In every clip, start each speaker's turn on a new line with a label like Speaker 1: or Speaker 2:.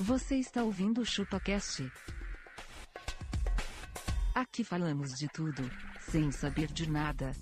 Speaker 1: Você está ouvindo o ChupaCast? Aqui falamos de tudo, sem saber de nada.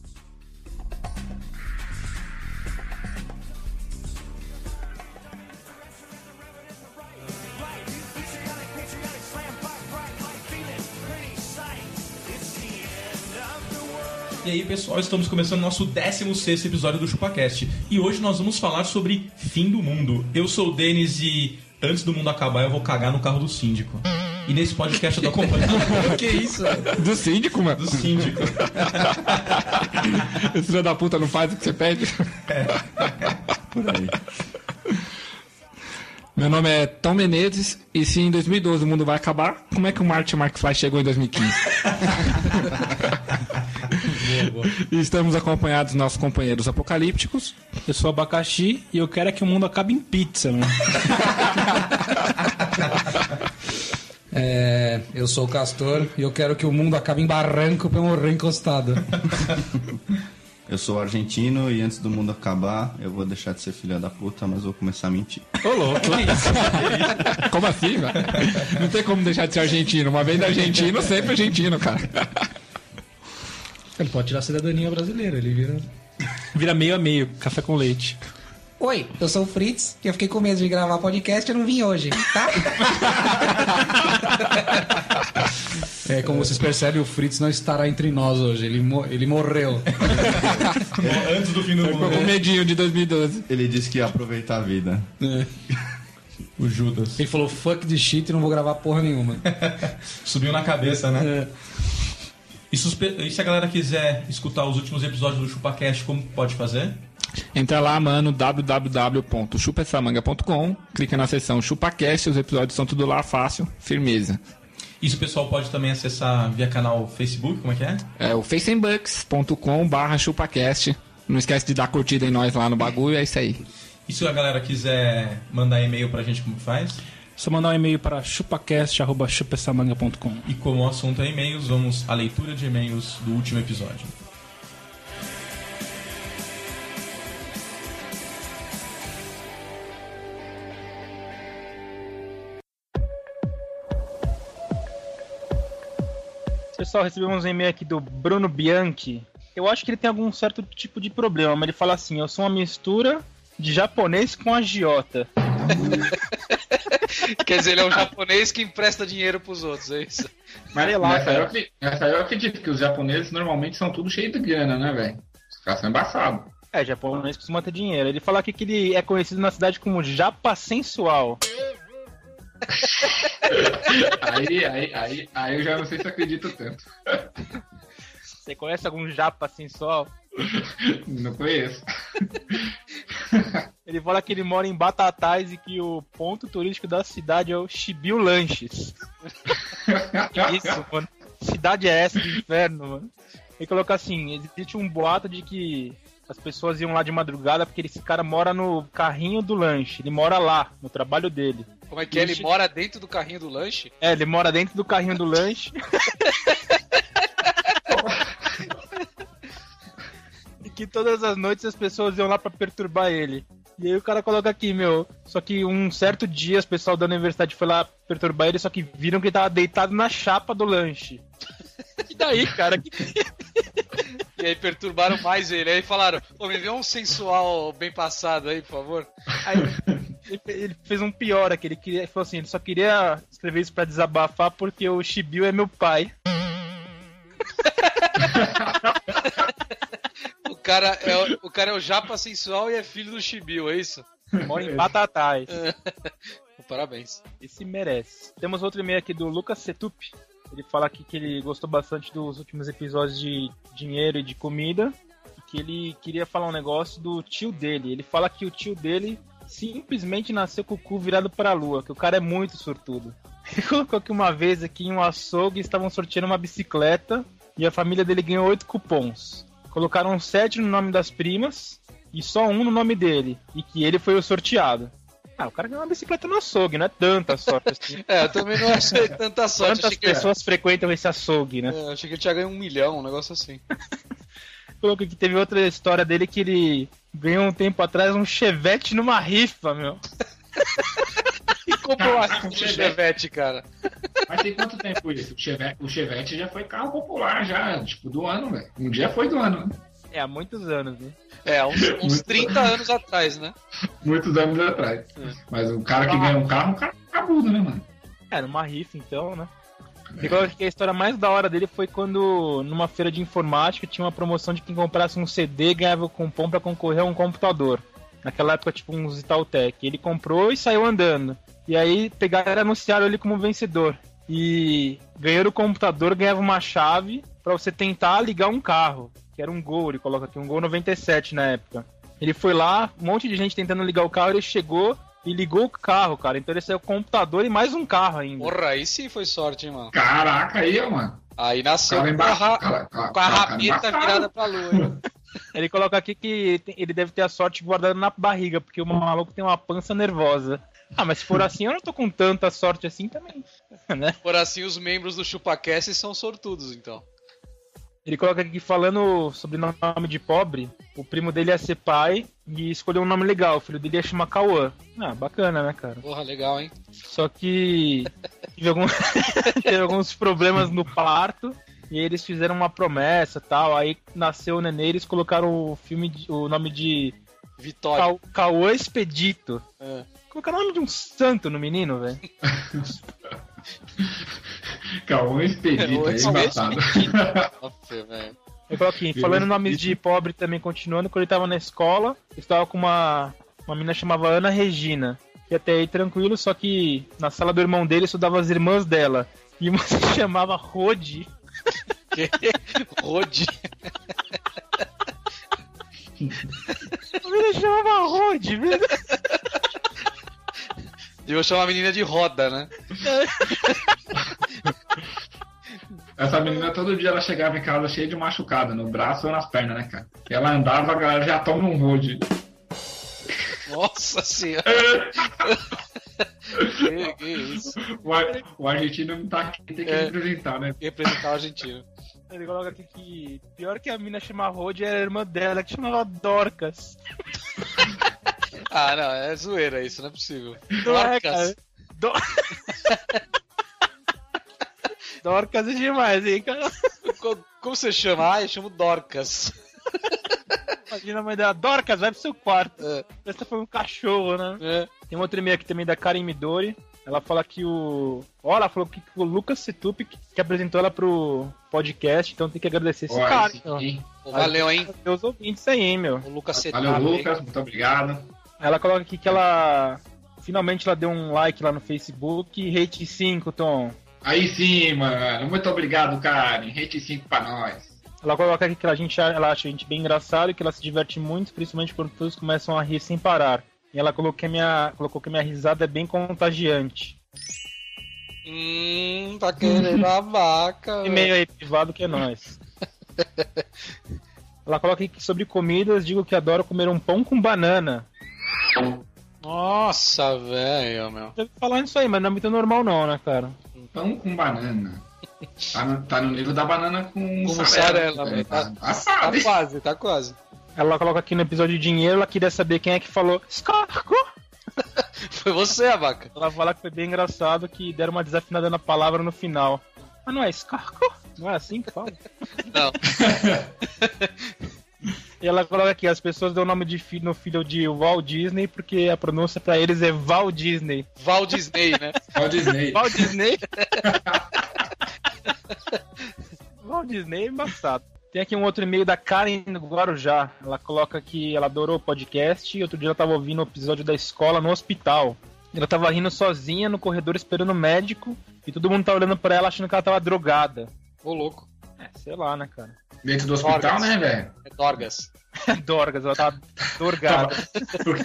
Speaker 2: E aí, pessoal, estamos começando nosso 16 episódio do ChupaCast. E hoje nós vamos falar sobre fim do mundo. Eu sou o Denis e antes do mundo acabar eu vou cagar no carro do síndico. E nesse podcast eu tô acompanhando. que isso?
Speaker 3: Do síndico, mano.
Speaker 2: Do síndico.
Speaker 3: Esse filho da puta não faz o que você pede.
Speaker 4: É.
Speaker 3: Por aí. Meu nome é Tom Menezes e se em 2012 o mundo vai acabar, como é que o Martin McFly chegou em 2015? E estamos acompanhados dos nossos companheiros apocalípticos.
Speaker 4: Eu sou abacaxi e eu quero é que o mundo acabe em pizza, mano.
Speaker 5: É, eu sou o Castor e eu quero que o mundo acabe em barranco pra eu morrer encostado.
Speaker 6: Eu sou argentino e antes do mundo acabar, eu vou deixar de ser filha da puta, mas vou começar a mentir.
Speaker 3: Ô, louco. como assim, velho? Não tem como deixar de ser argentino. Uma vez argentino, sempre argentino, cara.
Speaker 5: Ele pode tirar a cidadania brasileira, ele vira.
Speaker 4: Vira meio a meio, café com leite.
Speaker 5: Oi, eu sou o Fritz e eu fiquei com medo de gravar podcast e eu não vim hoje, tá? É, como vocês percebem, o Fritz não estará entre nós hoje. Ele, mo- ele morreu.
Speaker 2: antes do fim do
Speaker 3: Ficou com
Speaker 4: É.
Speaker 2: mundo.
Speaker 3: medinho de 2012.
Speaker 6: Ele disse que ia aproveitar a vida.
Speaker 2: O Judas.
Speaker 5: Ele falou fuck de shit e não vou gravar porra nenhuma.
Speaker 2: Subiu na cabeça, né?
Speaker 4: É.
Speaker 2: E, suspe- e se a galera quiser escutar os últimos episódios do ChupaCast, como pode fazer?
Speaker 3: Entra lá, mano, www.chupaessamanga.com. Clica na seção ChupaCast, os episódios são tudo lá, fácil, firmeza.
Speaker 2: Isso o pessoal pode também acessar via canal Facebook, como é que é?
Speaker 3: É o facebookcom barra chupacast. Não esquece de dar curtida em nós lá no bagulho, é isso aí.
Speaker 2: E se a galera quiser mandar e-mail pra gente, como que faz?
Speaker 4: Só mandar um e-mail para chupacast.chupessamanga.com.
Speaker 2: E como o assunto é e-mails, vamos à leitura de e-mails do último episódio.
Speaker 7: Pessoal, recebemos um e-mail aqui do Bruno Bianchi. Eu acho que ele tem algum certo tipo de problema, mas ele fala assim: eu sou uma mistura de japonês com agiota.
Speaker 8: Quer dizer, ele é um japonês que empresta dinheiro pros outros, é isso?
Speaker 9: Mas,
Speaker 7: Sei lá,
Speaker 9: nessa,
Speaker 7: cara.
Speaker 9: Eu, acri- nessa eu acredito que os japoneses normalmente são tudo cheio de grana, né, velho? Os caras são embaçados.
Speaker 7: É, japonês costuma ter dinheiro. Ele fala aqui que ele é conhecido na cidade como japa sensual.
Speaker 9: Aí, aí, aí, aí eu já não sei se eu acredito tanto.
Speaker 7: Você conhece algum japa sensual?
Speaker 9: Não conheço.
Speaker 7: Ele fala que ele mora em Batatais e que o ponto turístico da cidade é o Chibiu Lanches. Que isso, mano? Cidade é essa do inferno, mano? Ele coloca assim: existe um boato de que as pessoas iam lá de madrugada porque esse cara mora no carrinho do lanche. Ele mora lá, no trabalho dele.
Speaker 8: Como é que é? Ele mora dentro do carrinho do lanche?
Speaker 7: É, ele mora dentro do carrinho do lanche. e que todas as noites as pessoas iam lá pra perturbar ele. E aí o cara coloca aqui, meu. Só que um certo dia os pessoal da universidade foi lá perturbar ele, só que viram que ele tava deitado na chapa do lanche. E daí, cara? Que-
Speaker 8: E aí perturbaram mais ele. Aí falaram, ô, me vê um sensual bem passado aí, por favor.
Speaker 7: Aí ele- ele fez um pior aqui. Ele queria, ele falou assim: ele só queria escrever isso pra desabafar porque o Shibiu é meu pai.
Speaker 8: O cara é o, o cara é o japa sensual e é filho do Chibiu, é isso?
Speaker 7: Mora em Batatais.
Speaker 8: Pô, Parabéns.
Speaker 7: Esse merece. Temos outro e-mail aqui do Lucas Setup. Ele fala aqui que ele gostou bastante dos últimos episódios de dinheiro e de comida. E que ele queria falar um negócio do tio dele. Ele fala que o tio dele simplesmente nasceu com o cu virado para a lua, que o cara é muito sortudo. Ele colocou que uma vez aqui em um açougue estavam sorteando uma bicicleta e a família dele ganhou oito cupons. Colocaram sete no nome das primas e só um no nome dele. E que ele foi o sorteado. Ah, o cara ganhou uma bicicleta no açougue, não é tanta sorte assim.
Speaker 8: É, eu também não achei tanta sorte.
Speaker 7: Quantas
Speaker 8: Achei que, é. ele,
Speaker 7: pessoas frequentam esse açougue, né?
Speaker 8: é, achei que ele tinha ganho um milhão, um negócio assim. É.
Speaker 7: Colocou que teve outra história dele que ele ganhou um tempo atrás um chevette numa rifa, meu.
Speaker 8: E comprou
Speaker 3: Caraca,
Speaker 8: assim um
Speaker 3: que legal.
Speaker 8: chevette, cara.
Speaker 3: Mas tem quanto tempo isso? O Chevette, o Chevette já foi carro popular, já, tipo, do ano, velho. Um dia foi do ano. né?
Speaker 7: É, há muitos anos, né?
Speaker 8: É, uns, uns 30 anos atrás, né?
Speaker 3: Muitos anos
Speaker 8: É.
Speaker 3: atrás. Mas o cara que ganha um carro, o cara é cabudo, né, mano?
Speaker 7: É, numa rifa então, né? Igual que a história mais da hora dele foi quando, numa feira de informática, tinha uma promoção de quem comprasse um CD ganhava o cupom pra concorrer a um computador. Naquela época, tipo, uns Itautec. Ele comprou e saiu andando. E aí pegaram e anunciaram ele como vencedor. E ganhando o computador, ganhava uma chave pra você tentar ligar um carro. Que era um Gol, ele coloca aqui, um Gol 97 na época. Ele foi lá, um monte de gente tentando ligar o carro, ele chegou e ligou o carro, cara. Então ele saiu com o computador e mais um carro ainda.
Speaker 8: Porra, aí sim foi sorte, hein, mano.
Speaker 3: Caraca aí, ó, mano.
Speaker 8: Aí nasceu
Speaker 3: Cara
Speaker 8: com a,
Speaker 3: embaçado.
Speaker 8: ra-
Speaker 3: Cara, cara,
Speaker 8: com a tá
Speaker 3: cara
Speaker 8: rabeta
Speaker 3: embaçado.
Speaker 8: virada pra lua. hein?
Speaker 7: Ele coloca aqui que tem- ele deve ter a sorte guardada na barriga, porque o maluco tem uma pança nervosa. Ah, mas se for assim, eu não tô com tanta sorte assim também, né?
Speaker 8: Por assim, os membros do ChupaCast são sortudos, então.
Speaker 7: Ele coloca aqui falando sobre nome de pobre, o primo dele ia ser pai e escolheu um nome legal, o filho dele ia chamar Cauã. Ah, bacana, né, cara?
Speaker 8: Porra, legal, hein?
Speaker 7: Só que teve, algum- teve alguns problemas no parto e aí eles fizeram uma promessa tal, aí nasceu o nenê, eles colocaram o filme, de- o nome de
Speaker 8: Vitória.
Speaker 7: Cau- Cauã Expedito.
Speaker 8: É.
Speaker 7: Colocar o nome de um santo no menino, velho.
Speaker 3: Calma, um expedito
Speaker 8: É,
Speaker 3: aí, embaçado.
Speaker 8: Nossa, velho.
Speaker 7: Eu falo aqui,
Speaker 3: Meu
Speaker 7: falando
Speaker 3: Deus.
Speaker 7: nomes de pobre também, continuando, quando ele tava na escola, eu estava com uma, uma menina chamava Ana Regina. E até aí tranquilo, só que na sala do irmão dele estudava as irmãs dela. E uma se chamava Rodi.
Speaker 8: Rodi.
Speaker 7: A menina chamava Rodi, velho.
Speaker 8: Devia chamar a menina de roda, né?
Speaker 3: Essa menina todo dia ela chegava em casa cheia de machucada, no braço ou nas pernas, né, cara? E ela andava, a galera já toma um road.
Speaker 8: Nossa senhora. que, que isso.
Speaker 3: O, ar- o argentino não tá aqui, tem que
Speaker 8: É.
Speaker 3: representar, né?
Speaker 8: Representar o argentino.
Speaker 7: Ele coloca aqui que pior que a menina chamar Rodi era a irmã dela, que chamava Dorcas.
Speaker 8: Ah, não, é zoeira isso, não é possível.
Speaker 7: Não é,
Speaker 8: Dorcas.
Speaker 7: cara. Dor... Dorcas é demais, hein, cara?
Speaker 8: Co- Como você chama? Ah, eu chamo Dorcas.
Speaker 7: Imagina a mãe dela, Dorcas, vai pro seu quarto.
Speaker 8: É.
Speaker 7: Essa foi um cachorro, né?
Speaker 8: É.
Speaker 7: Tem um outro e-mail aqui também da Karen Midori. Ela fala que o. Ó, ela falou que o Lucas Setup que que apresentou ela pro podcast, então tem que agradecer esse
Speaker 3: Ó,
Speaker 7: cara.
Speaker 3: esse-
Speaker 7: então.
Speaker 3: hein?
Speaker 8: Pô, valeu, hein?
Speaker 7: Meus ouvintes aí, hein, meu.
Speaker 8: O Lucas Cetado.
Speaker 3: Valeu, Lucas, muito obrigado.
Speaker 7: Ela coloca aqui que ela. Finalmente ela deu um like lá no Facebook. Rate 5, Tom.
Speaker 3: Aí sim, mano. Muito obrigado, cara. Rete 5 pra nós.
Speaker 7: Ela coloca aqui que a gente, a- ela acha a gente bem engraçado e que ela se diverte muito, principalmente quando todos começam a rir sem parar. E ela colocou que a minha, colocou que a minha risada é bem contagiante.
Speaker 8: Hum, tá querendo a vaca.
Speaker 7: E-mail aí privado que é nós. Ela coloca aqui sobre comidas, digo que adoro comer um pão com banana.
Speaker 8: Nossa, velho, meu.
Speaker 7: Já ouvi falar nisso aí, mas não é muito normal não, né, cara?
Speaker 3: Pão com banana. Tá no, tá no nível da banana com,
Speaker 8: Com mussarela,
Speaker 3: velho.
Speaker 8: velho.
Speaker 3: Tá
Speaker 8: Tá
Speaker 3: Assado, hein?
Speaker 8: quase, tá quase.
Speaker 7: Ela coloca aqui no episódio de dinheiro, ela queria saber quem é que falou escarco.
Speaker 8: Foi você, a vaca.
Speaker 7: Ela fala que foi bem engraçado que deram uma desafinada na palavra no final. Mas não é escarco? Não é assim que fala?
Speaker 8: Não.
Speaker 7: E ela coloca aqui, as pessoas dão o nome de filho, no filho de Walt Disney porque a pronúncia pra eles é Val Disney.
Speaker 8: Val Disney, né?
Speaker 3: Pode dizer.
Speaker 7: Walt Disney? Walt Disney é embaçado. Tem aqui um outro e-mail da Karen do Guarujá. Ela coloca que ela adorou o podcast e outro dia ela tava ouvindo o episódio da escola no hospital. Ela tava rindo sozinha no corredor esperando o médico e todo mundo tava olhando pra ela achando que ela tava drogada.
Speaker 8: Ô, louco.
Speaker 7: É, sei lá, né, cara?
Speaker 3: Dentro do hospital, né, velho?
Speaker 8: É Dorgas.
Speaker 7: Dorgas, ela tava dorgada.
Speaker 3: Por,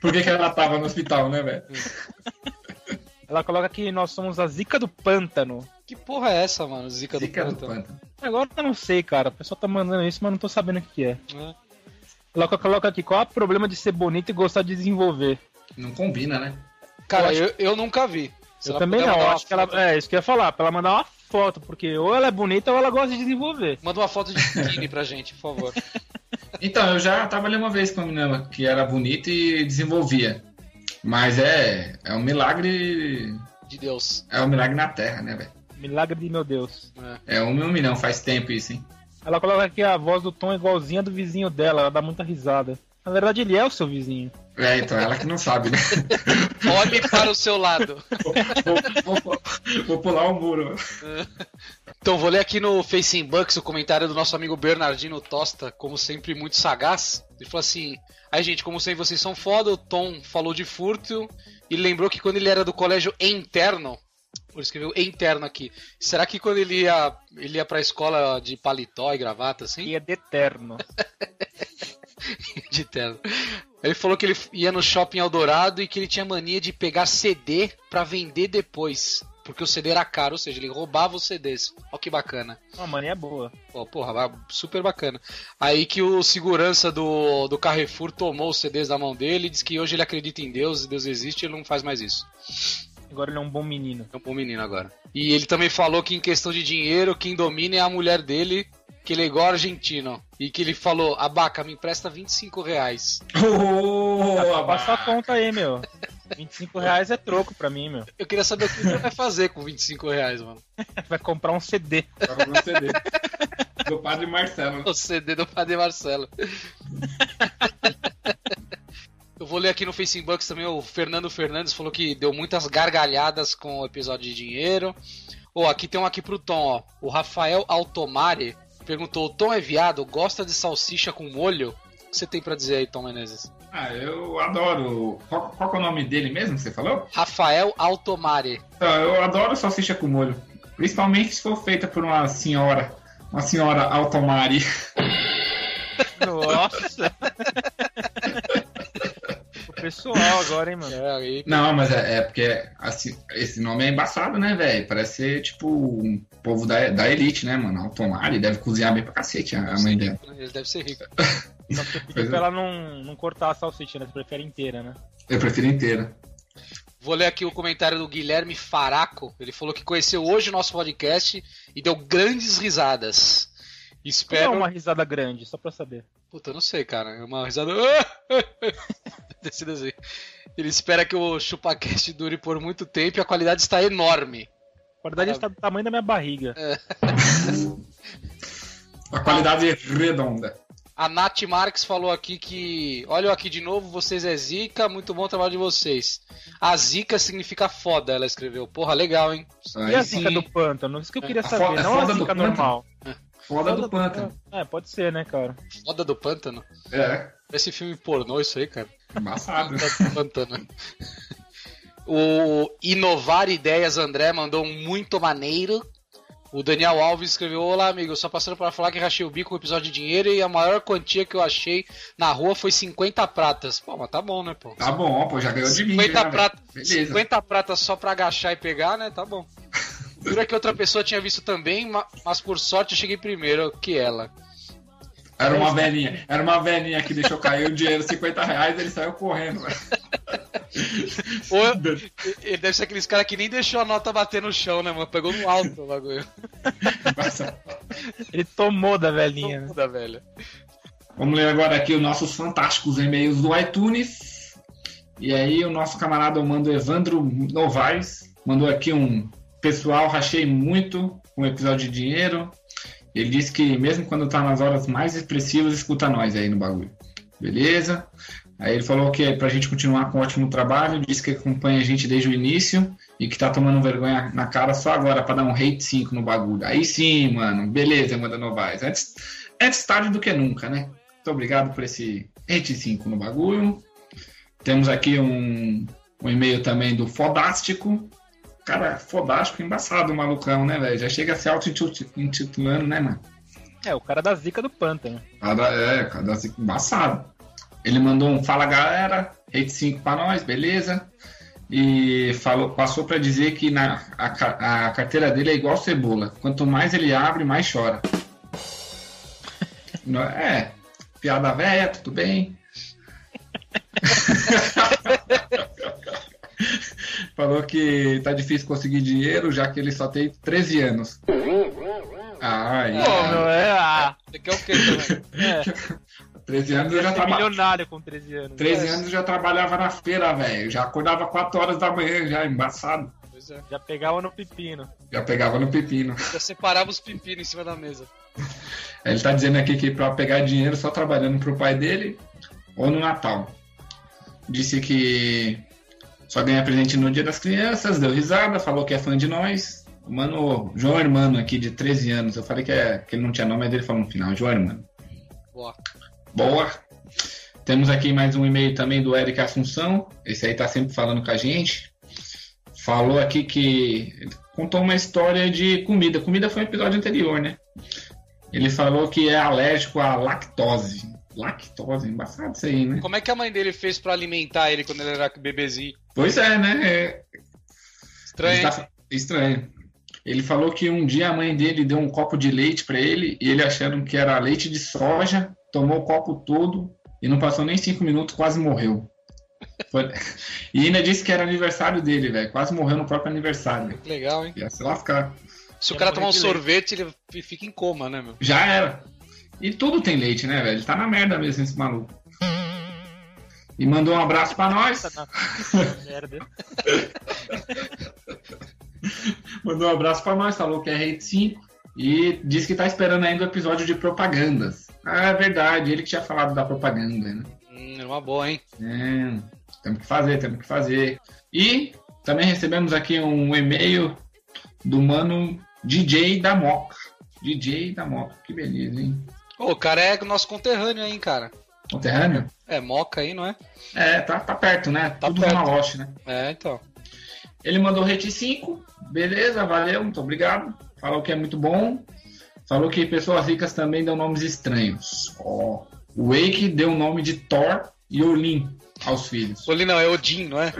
Speaker 3: por que, que ela tava no hospital, né, velho?
Speaker 7: Ela coloca que nós somos a zica do pântano.
Speaker 8: Que porra é essa, mano? Zica,
Speaker 3: Zica
Speaker 8: do
Speaker 3: do
Speaker 8: Pântano.
Speaker 3: pântano.
Speaker 7: Agora eu não sei, cara. O pessoal tá mandando isso, mas eu não tô sabendo o que que é.
Speaker 8: né?
Speaker 7: Ela co- coloca aqui, qual é o problema de ser bonito e gostar de desenvolver?
Speaker 3: Não combina, né?
Speaker 8: Cara, eu, eu nunca vi. Se
Speaker 7: eu
Speaker 8: ela
Speaker 7: também
Speaker 8: puder
Speaker 7: não,
Speaker 8: mandar uma
Speaker 7: acho que ela...
Speaker 8: foto-
Speaker 7: É, isso que eu ia falar, pra ela mandar uma foto, porque ou ela é bonita ou ela gosta de desenvolver.
Speaker 8: Manda uma foto de biquíni pra gente, por favor.
Speaker 3: Então, eu já trabalhei uma vez com uma menina que era bonita e desenvolvia. Mas é, é um milagre.
Speaker 8: de Deus.
Speaker 3: É um milagre na Terra, né, velho?
Speaker 7: Milagre de meu Deus.
Speaker 3: É um em um milhão, faz tempo isso, hein?
Speaker 7: Ela coloca aqui a voz do Tom igualzinha do vizinho dela, ela dá muita risada. Na verdade, ele é o seu vizinho.
Speaker 3: É, então ela que não sabe, né?
Speaker 8: Olhe para o seu lado.
Speaker 3: Vou, vou- vou pular o muro.
Speaker 8: Então, vou ler aqui no Facing Bucks o comentário do nosso amigo Bernardino Tosta, como sempre, muito sagaz. Ele falou assim: Aí, gente, como sempre, vocês são foda. O Tom falou de furto e lembrou que quando ele era do colégio interno, ele escreveu interno aqui. Será que quando ele ia, ele ia pra escola de paletó e gravata, assim?
Speaker 7: E é de eterno.
Speaker 8: de terno. Ele falou que ele ia no shopping Eldorado e que ele tinha mania de pegar CD pra vender depois. Porque o CD era caro, ou seja, ele roubava os CDs. Olha que bacana.
Speaker 7: Uma mania é boa.
Speaker 8: Ó, porra, ba- super bacana. Aí que o segurança do, do Carrefour tomou os CDs da mão dele e disse que hoje ele acredita em Deus, Deus existe e ele não faz mais isso.
Speaker 7: Agora ele é um bom menino.
Speaker 8: É um bom menino agora. E ele também falou que em questão de dinheiro, quem domina é a mulher dele, que ele é igual argentino. E que ele falou, abaca, me empresta 25 reais.
Speaker 3: Boa,
Speaker 7: Passa a conta aí, meu. 25 reais é troco pra mim, meu.
Speaker 8: Eu queria saber o que você vai fazer com 25 reais, mano.
Speaker 7: Vai comprar um CD.
Speaker 3: Agora vamos ceder. Do padre Marcelo. né?
Speaker 8: O CD do Padre Marcelo. Eu vou ler aqui no Facebook também, o Fernando Fernandes falou que deu muitas gargalhadas com o episódio de dinheiro. Ó, aqui tem um aqui pro Tom, ó. O Rafael Altomari perguntou: o Tom é viado, gosta de salsicha com molho? O que você tem pra dizer aí, Tom Menezes?
Speaker 3: Ah, eu adoro. Qual, qual que é o nome dele mesmo que você falou?
Speaker 8: Rafael Altomari.
Speaker 3: Então, eu adoro salsicha com molho. Principalmente se for feita por uma senhora. Uma senhora Altomari.
Speaker 7: Nossa. o pessoal agora, hein, mano.
Speaker 8: É, aí,
Speaker 3: Não, mas é, é porque assim, esse nome é embaçado, né, velho? Parece ser, tipo, um povo da, da elite, né, mano? Altomari deve cozinhar bem pra cacete a, a mãe dela.
Speaker 8: ele deve ser rico.
Speaker 7: Só que eu pedi
Speaker 3: é.
Speaker 7: pra ela não, não cortar a salsicha, né? Você prefere inteira, né?
Speaker 3: Eu prefiro inteira.
Speaker 8: Vou ler aqui o comentário do Guilherme Faraco. Ele falou que conheceu hoje o nosso podcast e deu grandes risadas.
Speaker 7: Pega
Speaker 8: Espero.
Speaker 7: uma risada grande, só pra saber.
Speaker 8: Puta, eu não sei, cara. É uma risada. Desse desenho. Ele espera que o ChupaCast dure por muito tempo e a qualidade está enorme.
Speaker 7: A qualidade está do tamanho da minha barriga.
Speaker 3: A qualidade é redonda.
Speaker 8: A Nath Marques falou aqui que. Olha eu aqui de novo, vocês é zica, muito bom o trabalho de vocês. A zica significa foda, ela escreveu. Porra, legal, hein?
Speaker 7: E a
Speaker 3: Aí,
Speaker 7: zica
Speaker 8: sim.
Speaker 7: do pântano? Isso que eu queria
Speaker 3: A
Speaker 7: saber,
Speaker 3: foda-
Speaker 7: não a
Speaker 3: foda do
Speaker 7: zica
Speaker 3: pântano.
Speaker 7: normal.
Speaker 3: foda do pântano.
Speaker 7: É, pode ser, né, cara?
Speaker 8: Foda do pântano?
Speaker 3: É,
Speaker 8: Parece filme pornô isso aí, cara.
Speaker 3: embaçado.
Speaker 8: Tá plantando. O Inovar Ideias André mandou um muito maneiro. O Daniel Alves escreveu: Olá, amigo, só passando para falar que rachei o bico com o episódio de dinheiro e a maior quantia que eu achei na rua foi 50 pratas. Pô, mas tá bom, né, pô?
Speaker 3: Tá bom, pô, já ganhou de mim.
Speaker 8: 50
Speaker 3: já,
Speaker 8: pratas
Speaker 3: velho. Beleza.
Speaker 8: 50 pratas só pra agachar e pegar, né? Tá bom. Dura que outra pessoa tinha visto também, ma- mas por sorte eu cheguei primeiro que ela.
Speaker 3: Era uma velhinha. Era uma velhinha que deixou cair o dinheiro, 50 reais, ele saiu correndo. velho.
Speaker 8: Ou eu- ele deve ser aqueles cara que nem deixou a nota bater no chão, né, mano? Pegou no alto o bagulho.
Speaker 3: Embaçado.
Speaker 7: Ele tomou da velhinha, né?
Speaker 8: Da velha.
Speaker 3: Vamos ler agora aqui os nossos fantásticos e-mails do iTunes. E aí o nosso camarada Mando Evandro Novaes mandou aqui um pessoal, rachei muito com o episódio de dinheiro. Ele disse que mesmo quando tá nas horas mais expressivas, escuta nós aí no bagulho. Beleza? Aí ele falou que é pra gente continuar com um ótimo trabalho, disse que acompanha a gente desde o início e que tá tomando vergonha na cara só agora pra dar um rate 5 no bagulho. Aí sim, mano. Beleza, Manda Novaes. Antes, antes tarde do que nunca, né? Muito obrigado por esse 25 no bagulho. Temos aqui um, um e-mail também do Fodástico. Cara, fodástico, embaçado o malucão, né, velho? Já chega a se auto-intitulando, né, mano?
Speaker 7: É, o cara da zica do pântano.
Speaker 3: Cada, é, cada cinco embaçado. Ele mandou um fala galera, rate 5 pra nós, beleza? E falou, passou pra dizer que na, a, ca- a carteira dele é igual cebola. Quanto mais ele abre, mais chora. Não- é, piada velha, tudo bem. falou que tá difícil conseguir dinheiro, já que ele só tem 13 anos. Ah,
Speaker 8: Pô,
Speaker 7: Não, é, ah,
Speaker 8: Você quer o quê também?
Speaker 3: 13 anos eu já
Speaker 7: Ia ser
Speaker 3: trabalhava.
Speaker 7: é milionário com 13 anos. É,
Speaker 3: 13 anos eu já trabalhava na feira, velho. Já acordava 4 horas da manhã, já embaçado.
Speaker 8: Pois é.
Speaker 7: Já pegava no pepino.
Speaker 3: Já pegava no pepino.
Speaker 8: Já separava os pepinos em cima da mesa.
Speaker 3: Ele tá dizendo aqui que pra pegar dinheiro só trabalhando pro pai dele ou no Natal. Disse que só ganha presente no Dia das Crianças, deu risada, falou que é fã de nós. O Mano, João Hermano aqui de 13 anos, eu falei que, é, que ele não tinha nome, mas ele falou no final, João Hermano.
Speaker 8: Boa.
Speaker 3: Boa. Temos aqui mais um e-mail também do Eric Assunção. Esse aí tá sempre falando com a gente. Falou aqui que ele contou uma história de comida. Comida foi um episódio anterior, né? Ele falou que é alérgico à lactose. Lactose, embaçado isso aí, né?
Speaker 8: Como é que a mãe dele fez pra alimentar ele quando ele era bebezinho?
Speaker 3: Pois é, né? É
Speaker 8: Estranho.
Speaker 3: ele
Speaker 8: hein?
Speaker 3: tá- estranho. Ele falou que um dia a mãe dele deu um copo de leite pra ele e ele achando que era leite de soja, tomou o copo todo e não passou nem cinco minutos, quase morreu. Foi- E ainda disse que era aniversário dele, velho. Quase morreu no próprio aniversário.
Speaker 8: Legal, hein?
Speaker 3: Ia se lascar.
Speaker 8: Se o
Speaker 7: Ia
Speaker 8: cara
Speaker 3: é
Speaker 7: morrer
Speaker 8: tomar um
Speaker 7: de leite.
Speaker 8: sorvete, ele fica em coma, né, meu?
Speaker 3: Já era. E tudo tem leite, né, velho? Tá na merda mesmo esse maluco. E mandou um abraço pra nós.
Speaker 7: Tá na- Merda.
Speaker 3: Mandou um abraço pra nós, falou que é Hate 5 e disse que tá esperando ainda o episódio de propagandas. Ah, é verdade, ele que tinha falado da propaganda, né?
Speaker 8: Hum, é uma boa, hein?
Speaker 3: É, temos que fazer, temos que fazer. E também recebemos aqui um e-mail do mano DJ da Moca. DJ da Moca, que beleza, hein?
Speaker 8: Ô, o cara é nosso conterrâneo, hein, cara?
Speaker 3: Conterrâneo?
Speaker 8: É moca aí, não é?
Speaker 3: É, tá, tá perto, né?
Speaker 8: Tá
Speaker 3: Tudo
Speaker 8: perto.
Speaker 3: na loja, né?
Speaker 8: É, então.
Speaker 3: Ele mandou rate 5, beleza, valeu, muito obrigado. Falou que é muito bom. Falou que pessoas ricas também dão nomes estranhos. Ó, o Wake deu o nome de Thor e Olin aos filhos.
Speaker 8: Olin não, é Odin, não é?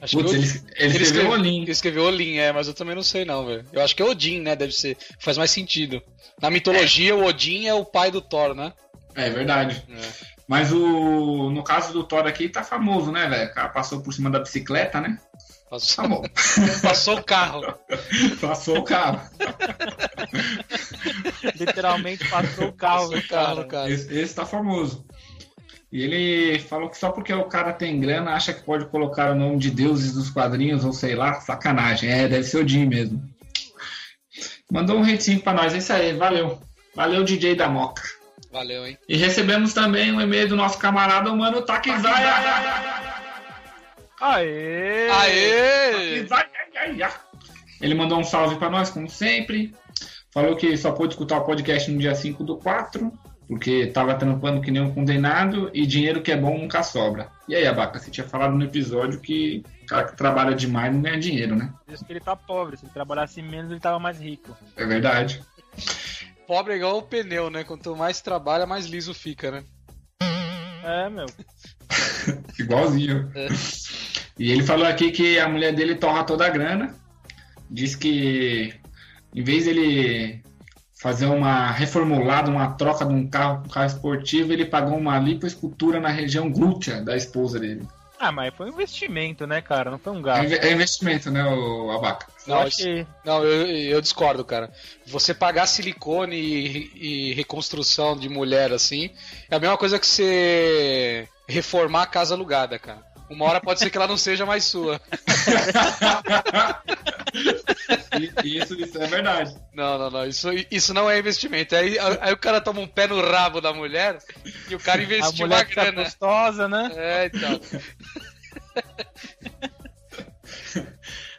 Speaker 8: Acho
Speaker 3: Putz,
Speaker 8: que
Speaker 3: ele, ele
Speaker 8: é Odin. ele
Speaker 3: escreveu
Speaker 8: escreveu-
Speaker 3: Olin.
Speaker 8: Ele escreveu Olin, é, mas eu também não sei não, velho. Eu acho que é Odin, né? Deve ser. Faz mais sentido. Na mitologia, o Odin é o pai do Thor, né?
Speaker 3: É verdade.
Speaker 8: É.
Speaker 3: Mas o no caso do Thor aqui tá famoso, né, velho? O cara passou por cima da bicicleta, né?
Speaker 8: Passou,
Speaker 3: Tá bom.
Speaker 8: passou o carro.
Speaker 3: Passou o carro.
Speaker 7: Literalmente passou o carro,
Speaker 8: Passou o
Speaker 7: cara.
Speaker 8: carro, cara.
Speaker 3: Esse, esse tá famoso. E ele falou que só porque o cara tem grana, acha que pode colocar o nome de deuses dos quadrinhos, ou sei lá, sacanagem. É, deve ser o Jim mesmo. Mandou um ratinho pra nós, é isso aí, valeu. Valeu, DJ da Moca.
Speaker 8: Valeu, hein?
Speaker 3: E recebemos também um e-mail do nosso camarada, o mano Takizaya.
Speaker 7: Aê!
Speaker 8: Aê! Tá
Speaker 3: Takizaya. Ele mandou um salve pra nós, como sempre. Falou que só pôde escutar o podcast no dia 5 do 4, porque tava trampando que nem um condenado e dinheiro que é bom nunca sobra. E aí, Abaca, você tinha falado no episódio que o cara que trabalha demais não ganha dinheiro, né?
Speaker 7: Diz que ele tá pobre. Se ele trabalhasse menos, ele tava mais rico.
Speaker 3: É verdade.
Speaker 8: Pobre é igual o pneu, né? Quanto mais trabalha, mais liso fica, né?
Speaker 7: É, meu.
Speaker 3: Igualzinho.
Speaker 8: É.
Speaker 3: E ele falou aqui que a mulher dele torra toda a grana. Diz que em vez dele fazer uma reformulada, uma troca de um carro, um carro esportivo, ele pagou uma lipoescultura na região glútea da esposa dele.
Speaker 7: Ah, mas foi um investimento, né, cara? Não foi um
Speaker 3: É
Speaker 7: gasto.
Speaker 3: inve- É investimento, né, o Abaca?
Speaker 7: eu
Speaker 8: Não,
Speaker 7: acho que
Speaker 8: Não, eu, eu discordo, cara. Você pagar silicone e, e reconstrução de mulher assim é a mesma coisa que você reformar a casa alugada, cara. Uma hora pode ser que ela não seja mais sua.
Speaker 3: E- Isso, isso é verdade.
Speaker 8: Não, não, não. Isso, isso não é investimento. Aí, aí o cara toma um pé no rabo da mulher e o cara
Speaker 7: a
Speaker 8: investiu uma
Speaker 7: mulher que tá
Speaker 8: grana.
Speaker 7: gostosa, né?
Speaker 8: É, então.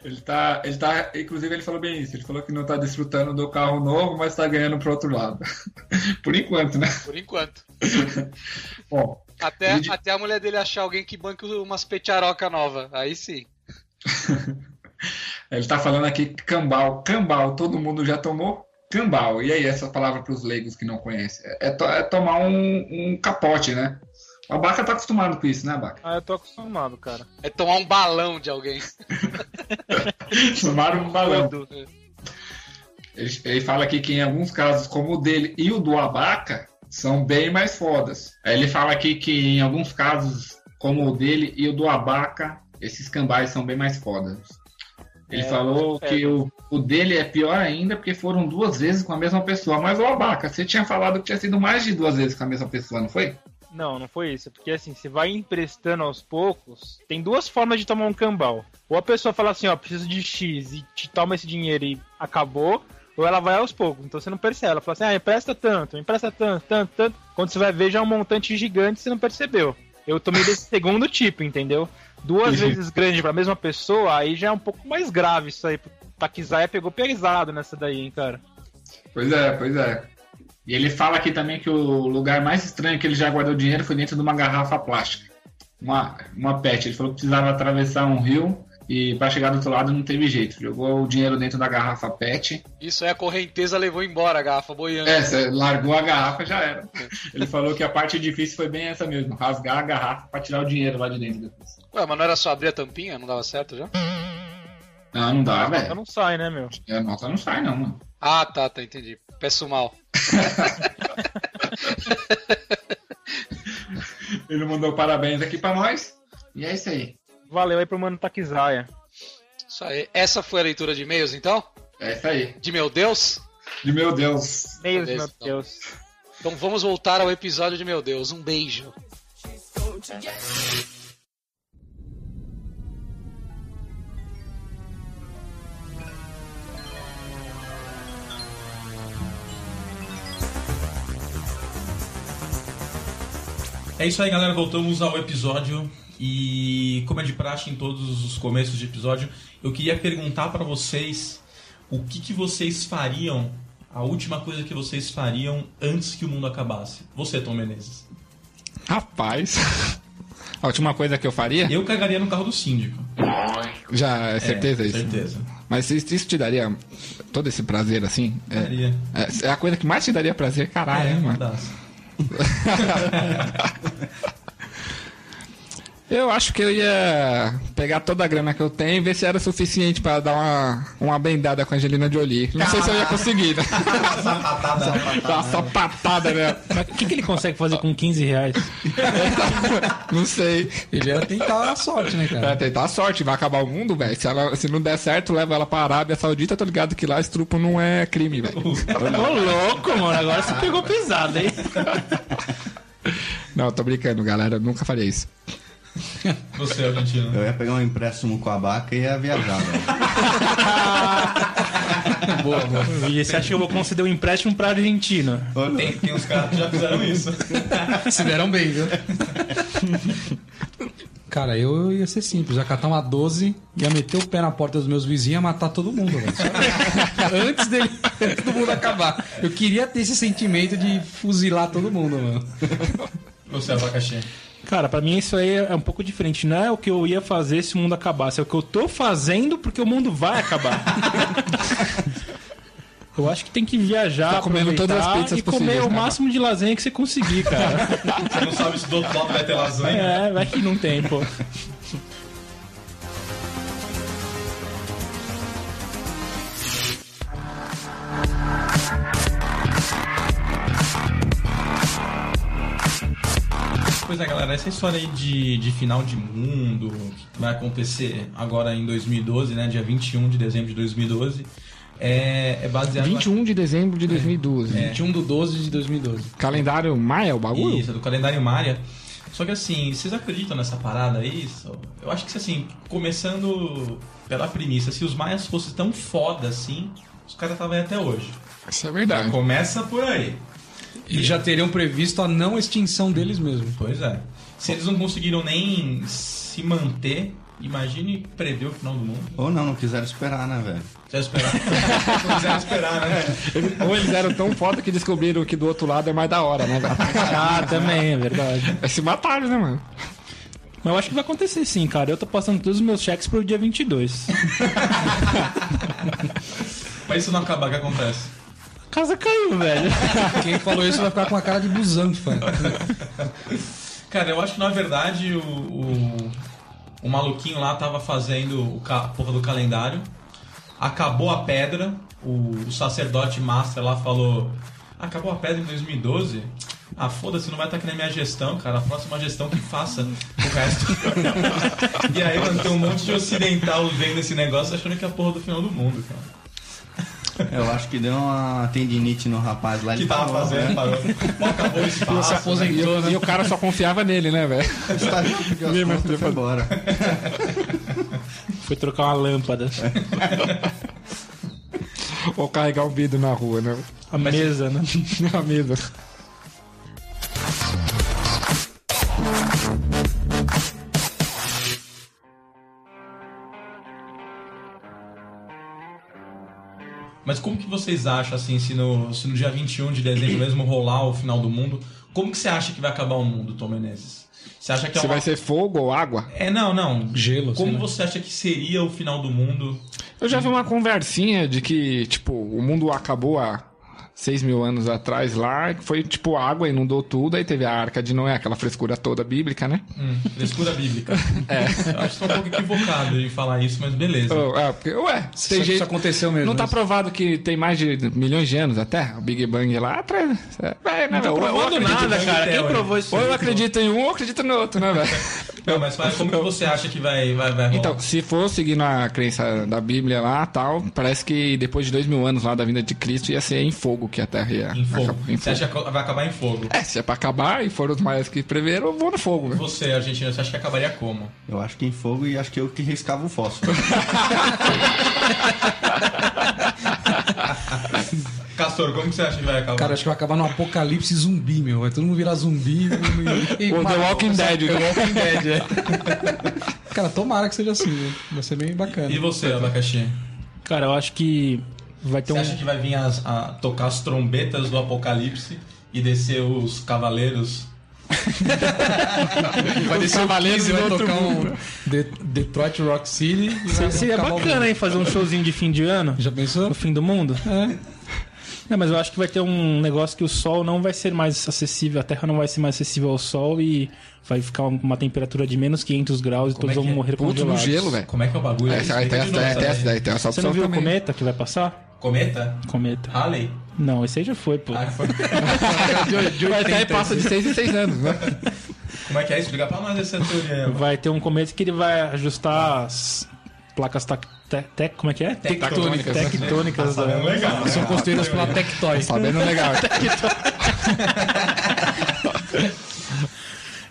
Speaker 3: Ele tá, ele tá, inclusive ele falou bem isso. Ele falou que não tá desfrutando do carro novo, mas tá ganhando pro outro lado. Por enquanto, né?
Speaker 8: Por enquanto.
Speaker 3: Bom,
Speaker 8: Até,
Speaker 3: Ele de-
Speaker 8: até a mulher dele achar alguém que banque umas petiaroca nova. Aí sim.
Speaker 3: Ele tá falando aqui cambal. Cambal, todo mundo já tomou? Cambal. E aí, essa palavra para os leigos que não conhecem? É, é to- é tomar um, um capote, né? O Abaca tá acostumado com isso, né, Abaca?
Speaker 7: Ah, eu tô acostumado, cara.
Speaker 8: É tomar um balão de alguém.
Speaker 3: Tomaram um balão.
Speaker 7: Tudo.
Speaker 3: Ele, ele fala aqui que em alguns casos, como o dele e o do Abaca, são bem mais fodas. Aí ele fala aqui que em alguns casos, como o dele e o do Abaca, esses cambais são bem mais fodas.
Speaker 9: Ele
Speaker 7: É,
Speaker 9: falou
Speaker 7: é.
Speaker 9: que o, o dele é pior ainda porque foram duas vezes com a mesma pessoa. Mas, ô Abaca, você tinha falado que tinha sido mais de duas vezes com a mesma pessoa, não foi?
Speaker 7: Não, não foi isso. Porque assim, você vai emprestando aos poucos. Tem duas formas de tomar um cambal. Ou a pessoa fala assim, ó, preciso de X e te toma esse dinheiro e acabou. Ou ela vai aos poucos. Então você não percebe. Ela fala assim, ah, empresta tanto, empresta tanto, tanto, tanto. Quando você vai ver, já é um montante gigante e você não percebeu. Eu tomei desse segundo tipo, entendeu? Duas vezes grande pra mesma pessoa, aí já é um pouco mais grave isso aí. porque o Takizaia pegou pesado nessa daí, hein, cara.
Speaker 9: Pois é, pois é. E ele fala aqui também que o lugar mais estranho que ele já guardou dinheiro foi dentro de uma garrafa plástica. Uma, uma pet. Ele falou que precisava atravessar um rio e para chegar do outro lado não teve jeito. Jogou o dinheiro dentro da garrafa pet.
Speaker 8: Isso aí a correnteza levou embora a garrafa boiando.
Speaker 9: É, você largou a garrafa já era. Ele falou que a parte difícil foi bem essa mesmo, rasgar a garrafa para tirar o dinheiro lá de dentro depois.
Speaker 8: Ué, mas não era só abrir a tampinha? Não dava certo já?
Speaker 3: Hum.
Speaker 9: Não, não dá,
Speaker 7: Ela
Speaker 9: velho.
Speaker 7: não sai, né, meu?
Speaker 9: A nota não sai, não, mano.
Speaker 8: Ah, tá, tá, entendi. Peço mal.
Speaker 9: Ele mandou parabéns aqui para nós. E é isso aí.
Speaker 7: Valeu aí pro mano Takizaia.
Speaker 8: Isso aí. Essa foi a leitura de e-mails, então?
Speaker 9: É isso aí.
Speaker 8: De meu Deus?
Speaker 9: E meu Deus,
Speaker 7: Meios,
Speaker 8: Beleza,
Speaker 7: meu
Speaker 8: então.
Speaker 7: Deus.
Speaker 8: Então vamos voltar ao episódio de meu Deus. Um beijo.
Speaker 2: É isso aí, galera. Voltamos ao episódio. E, como é de praxe em todos os começos de episódio, eu queria perguntar pra vocês o que, que vocês fariam, a última coisa que vocês fariam antes que o mundo acabasse. Você, Tom Menezes.
Speaker 3: Rapaz. A última coisa que eu faria?
Speaker 2: Eu cagaria no carro do síndico.
Speaker 3: Já é certeza
Speaker 2: é,
Speaker 3: isso.
Speaker 2: Certeza.
Speaker 3: Mas isso, isso te daria todo esse prazer assim? É,
Speaker 2: Cagaria.
Speaker 3: é- é a coisa que mais te daria prazer, caralho, hein, mano.
Speaker 2: mandasse.
Speaker 3: Eu acho que eu ia pegar toda a grana que eu tenho e ver se era suficiente pra dar uma, uma bendada com a Angelina Jolie. Não sei se eu ia conseguir, né? dar uma sapatada, né?
Speaker 4: Mas o que, que ele consegue fazer com 15 reais?
Speaker 3: Não sei.
Speaker 5: Ele ia tentar a sorte, né,
Speaker 3: É,
Speaker 5: cara?
Speaker 3: tentar a sorte, vai acabar o mundo, velho. Se, ela- se não der certo, leva ela pra Arábia Saudita, tô ligado que lá estrupo não é crime, velho.
Speaker 4: Ô, louco, mano. Agora você pegou pesado, hein?
Speaker 3: Não, tô brincando, galera. Eu nunca faria isso.
Speaker 2: Você, Argentino.
Speaker 6: Eu ia pegar um empréstimo com a Abaca e ia viajar, velho.
Speaker 5: Boa, boa.
Speaker 4: E você acha que eu vou conceder um empréstimo pra Argentina?
Speaker 2: Tem, tem uns caras que já fizeram isso.
Speaker 5: Se deram bem, viu? Cara, eu ia ser simples, ia catar uma 12, ia meter o pé na porta dos meus vizinhos e ia matar todo mundo, velho. Só- Antes dele, antes do mundo acabar. Eu queria ter esse sentimento de fuzilar todo mundo, mano.
Speaker 2: Você, abacaxi.
Speaker 4: Cara, pra mim isso aí é um pouco diferente. Não é o que eu ia fazer se o mundo acabasse, é o que eu tô fazendo porque o mundo vai acabar. eu acho que tem que viajar,
Speaker 3: Tá comendo
Speaker 4: aproveitar
Speaker 3: todas as pizzas
Speaker 4: e comer
Speaker 3: possíveis, né?
Speaker 4: o
Speaker 3: cara.
Speaker 4: máximo de lasanha que você conseguir, cara.
Speaker 2: Você não sabe se do outro lado vai ter lasanha?
Speaker 4: é, vai que não tem, pô.
Speaker 2: Pois é, galera, essa história aí de, de final de mundo que vai acontecer agora em 2012, né? Dia 21 de dezembro de 2012. É, é baseado na-
Speaker 3: 21 de dezembro de 2012.
Speaker 4: É.
Speaker 5: 21 de 12 de 2012.
Speaker 3: Calendário Maia, o bagulho?
Speaker 2: Isso, é do calendário Maia. Só que assim, vocês acreditam nessa parada aí? Só- Eu acho que assim, começando pela premissa, se os maias fossem tão foda assim, os caras estavam aí até hoje.
Speaker 3: Isso é verdade.
Speaker 2: Começa por aí.
Speaker 5: E já teriam previsto a não extinção deles mesmos.
Speaker 2: Pois é. Se eles não conseguiram nem se manter, imagine prever o final do mundo.
Speaker 6: Ou não, não quiseram esperar, né, velho?
Speaker 2: Já esperar. não quiseram esperar, né?
Speaker 3: Ou eles eram tão foda que descobriram que do outro lado é mais da hora, né, velho?
Speaker 4: Ah, também, é verdade.
Speaker 3: É se mataram, né, mano?
Speaker 4: Mas eu acho que vai acontecer sim, cara. Eu tô passando todos os meus cheques pro dia 22.
Speaker 2: Mas isso não acabar, o que acontece?
Speaker 4: A casa caiu, velho.
Speaker 5: Quem falou isso vai ficar com a cara de busanfa.
Speaker 2: Cara, eu acho que na verdade o, o, o maluquinho lá tava fazendo o ca- a porra do calendário. Acabou a pedra. O, o sacerdote master lá falou: Acabou a pedra em 2012? Ah, foda-se, não vai estar aqui na minha gestão, cara. A próxima gestão que faça o resto. e aí, mano, tem um monte de ocidental vendo esse negócio achando que é a porra do final do mundo, cara.
Speaker 6: Eu acho que deu uma tendinite no rapaz lá.
Speaker 2: O que
Speaker 6: ele
Speaker 2: tava
Speaker 6: falou,
Speaker 2: fazendo,
Speaker 6: né?
Speaker 2: parou. Acabou o espaço. né?
Speaker 5: aposentou,
Speaker 3: E o cara só confiava nele, né, velho?
Speaker 6: Está aqui porque as
Speaker 3: Ninguém mais podia
Speaker 6: contas foi embora.
Speaker 4: Foi trocar uma lâmpada.
Speaker 3: Ou carregar um vidro na rua, né?
Speaker 4: A mesa, né?
Speaker 3: Meu amigo.
Speaker 2: Mas como que vocês acham, assim, se no, se no dia 21 de dezembro mesmo rolar o final do mundo, como que você acha que vai acabar o mundo, Tom Menezes? Você acha que é
Speaker 3: Se
Speaker 2: uma...
Speaker 3: vai ser fogo ou água?
Speaker 2: É, não, não.
Speaker 5: Gelo, sei
Speaker 2: Como
Speaker 5: lá.
Speaker 2: você acha que seria o final do mundo?
Speaker 3: Eu já vi uma conversinha de que, tipo, o mundo acabou há 6 mil anos atrás lá, que foi tipo água, inundou tudo, aí teve a arca de Noé, aquela frescura toda bíblica, né?
Speaker 2: Hum, frescura bíblica. É. Eu acho que estou um pouco equivocado em falar isso, mas beleza.
Speaker 3: Ou, é, porque, ué, tem
Speaker 5: Isso- isso
Speaker 3: jeito.
Speaker 5: aconteceu mesmo, né?
Speaker 3: Não tá
Speaker 5: isso.
Speaker 3: provado que tem mais de milhões de anos até? O Big Bang lá atrás. É, velho, né, velho? Ou- ou
Speaker 4: Provando
Speaker 3: acredito-
Speaker 4: nada, cara. Quem
Speaker 2: Theory.
Speaker 4: provou isso?
Speaker 3: Ou eu acredito em um ou acredito no outro, né, velho?
Speaker 2: Não, mas fala, como que você acha que vai, vai, vai rolar?
Speaker 3: Então, se for seguindo a crença da Bíblia lá tal, parece que depois de dois mil anos lá da vinda de Cristo ia ser em fogo que a Terra ia
Speaker 2: em fogo.
Speaker 3: acabar. Em
Speaker 2: Você
Speaker 3: fogo.
Speaker 2: acha que vai acabar em fogo?
Speaker 3: É, se é pra acabar e foram os maiores que preveram, eu vou no fogo, né? velho.
Speaker 2: Você, argentino, você acha que acabaria como?
Speaker 6: Eu acho que em fogo e acho que eu que riscava o fósforo.
Speaker 2: Castor, como que você acha que vai acabar?
Speaker 5: Cara, acho que vai acabar num apocalipse zumbi, meu. Vai todo mundo virar zumbi. e- e-
Speaker 3: O The
Speaker 5: Mano,
Speaker 3: Walking Dead,
Speaker 5: The
Speaker 3: né?
Speaker 5: Walking Dead, é. Cara, tomara que seja assim, né? Vai ser bem bacana.
Speaker 2: E você, abacaxi?
Speaker 4: Cara, eu acho que vai ter
Speaker 3: Então,
Speaker 2: Você
Speaker 4: um.
Speaker 2: acha que vai vir as- a tocar as trombetas do apocalipse e descer os cavaleiros?
Speaker 5: Vai descer o Cavaleiros vai tocar um De- Detroit Rock City. e vai
Speaker 4: Seria
Speaker 5: acabar o
Speaker 4: bacana,
Speaker 5: mundo.
Speaker 4: hein? Fazer um showzinho de fim de ano.
Speaker 5: Já pensou?
Speaker 4: No fim do mundo?
Speaker 5: É.
Speaker 4: Não, mas eu acho que vai ter um negócio que o sol não vai ser mais acessível, a Terra não vai ser mais acessível ao sol e vai ficar uma temperatura de menos 500 graus e
Speaker 2: Como
Speaker 4: todos
Speaker 2: é que
Speaker 4: vão
Speaker 2: é?
Speaker 4: morrer
Speaker 3: Puto no
Speaker 4: congelados.
Speaker 3: gelo, velho.
Speaker 2: Como é que é o bagulho?
Speaker 3: É,
Speaker 2: Explica
Speaker 3: aí tem
Speaker 2: de
Speaker 3: essa,
Speaker 2: novo
Speaker 3: é, tem
Speaker 2: também.
Speaker 3: essa daí, tem essa
Speaker 4: Você
Speaker 3: opção
Speaker 4: não viu o
Speaker 3: também.
Speaker 4: cometa que vai passar?
Speaker 2: Cometa?
Speaker 4: Cometa.
Speaker 2: Halley?
Speaker 4: Não, esse aí já foi, pô.
Speaker 2: Ah, foi-
Speaker 3: Mas até passa de 6 em 6 anos, né?
Speaker 2: Como é que é? Explica pra nós essa teoria. aí.
Speaker 4: Vai ter um cometa que ele vai ajustar as placas tac- te- te- como é que é?
Speaker 3: Tectônicas.
Speaker 4: Tectônicas da-
Speaker 2: Tá legal.
Speaker 5: São construídas pela Tectoy.
Speaker 3: Sabendo legal.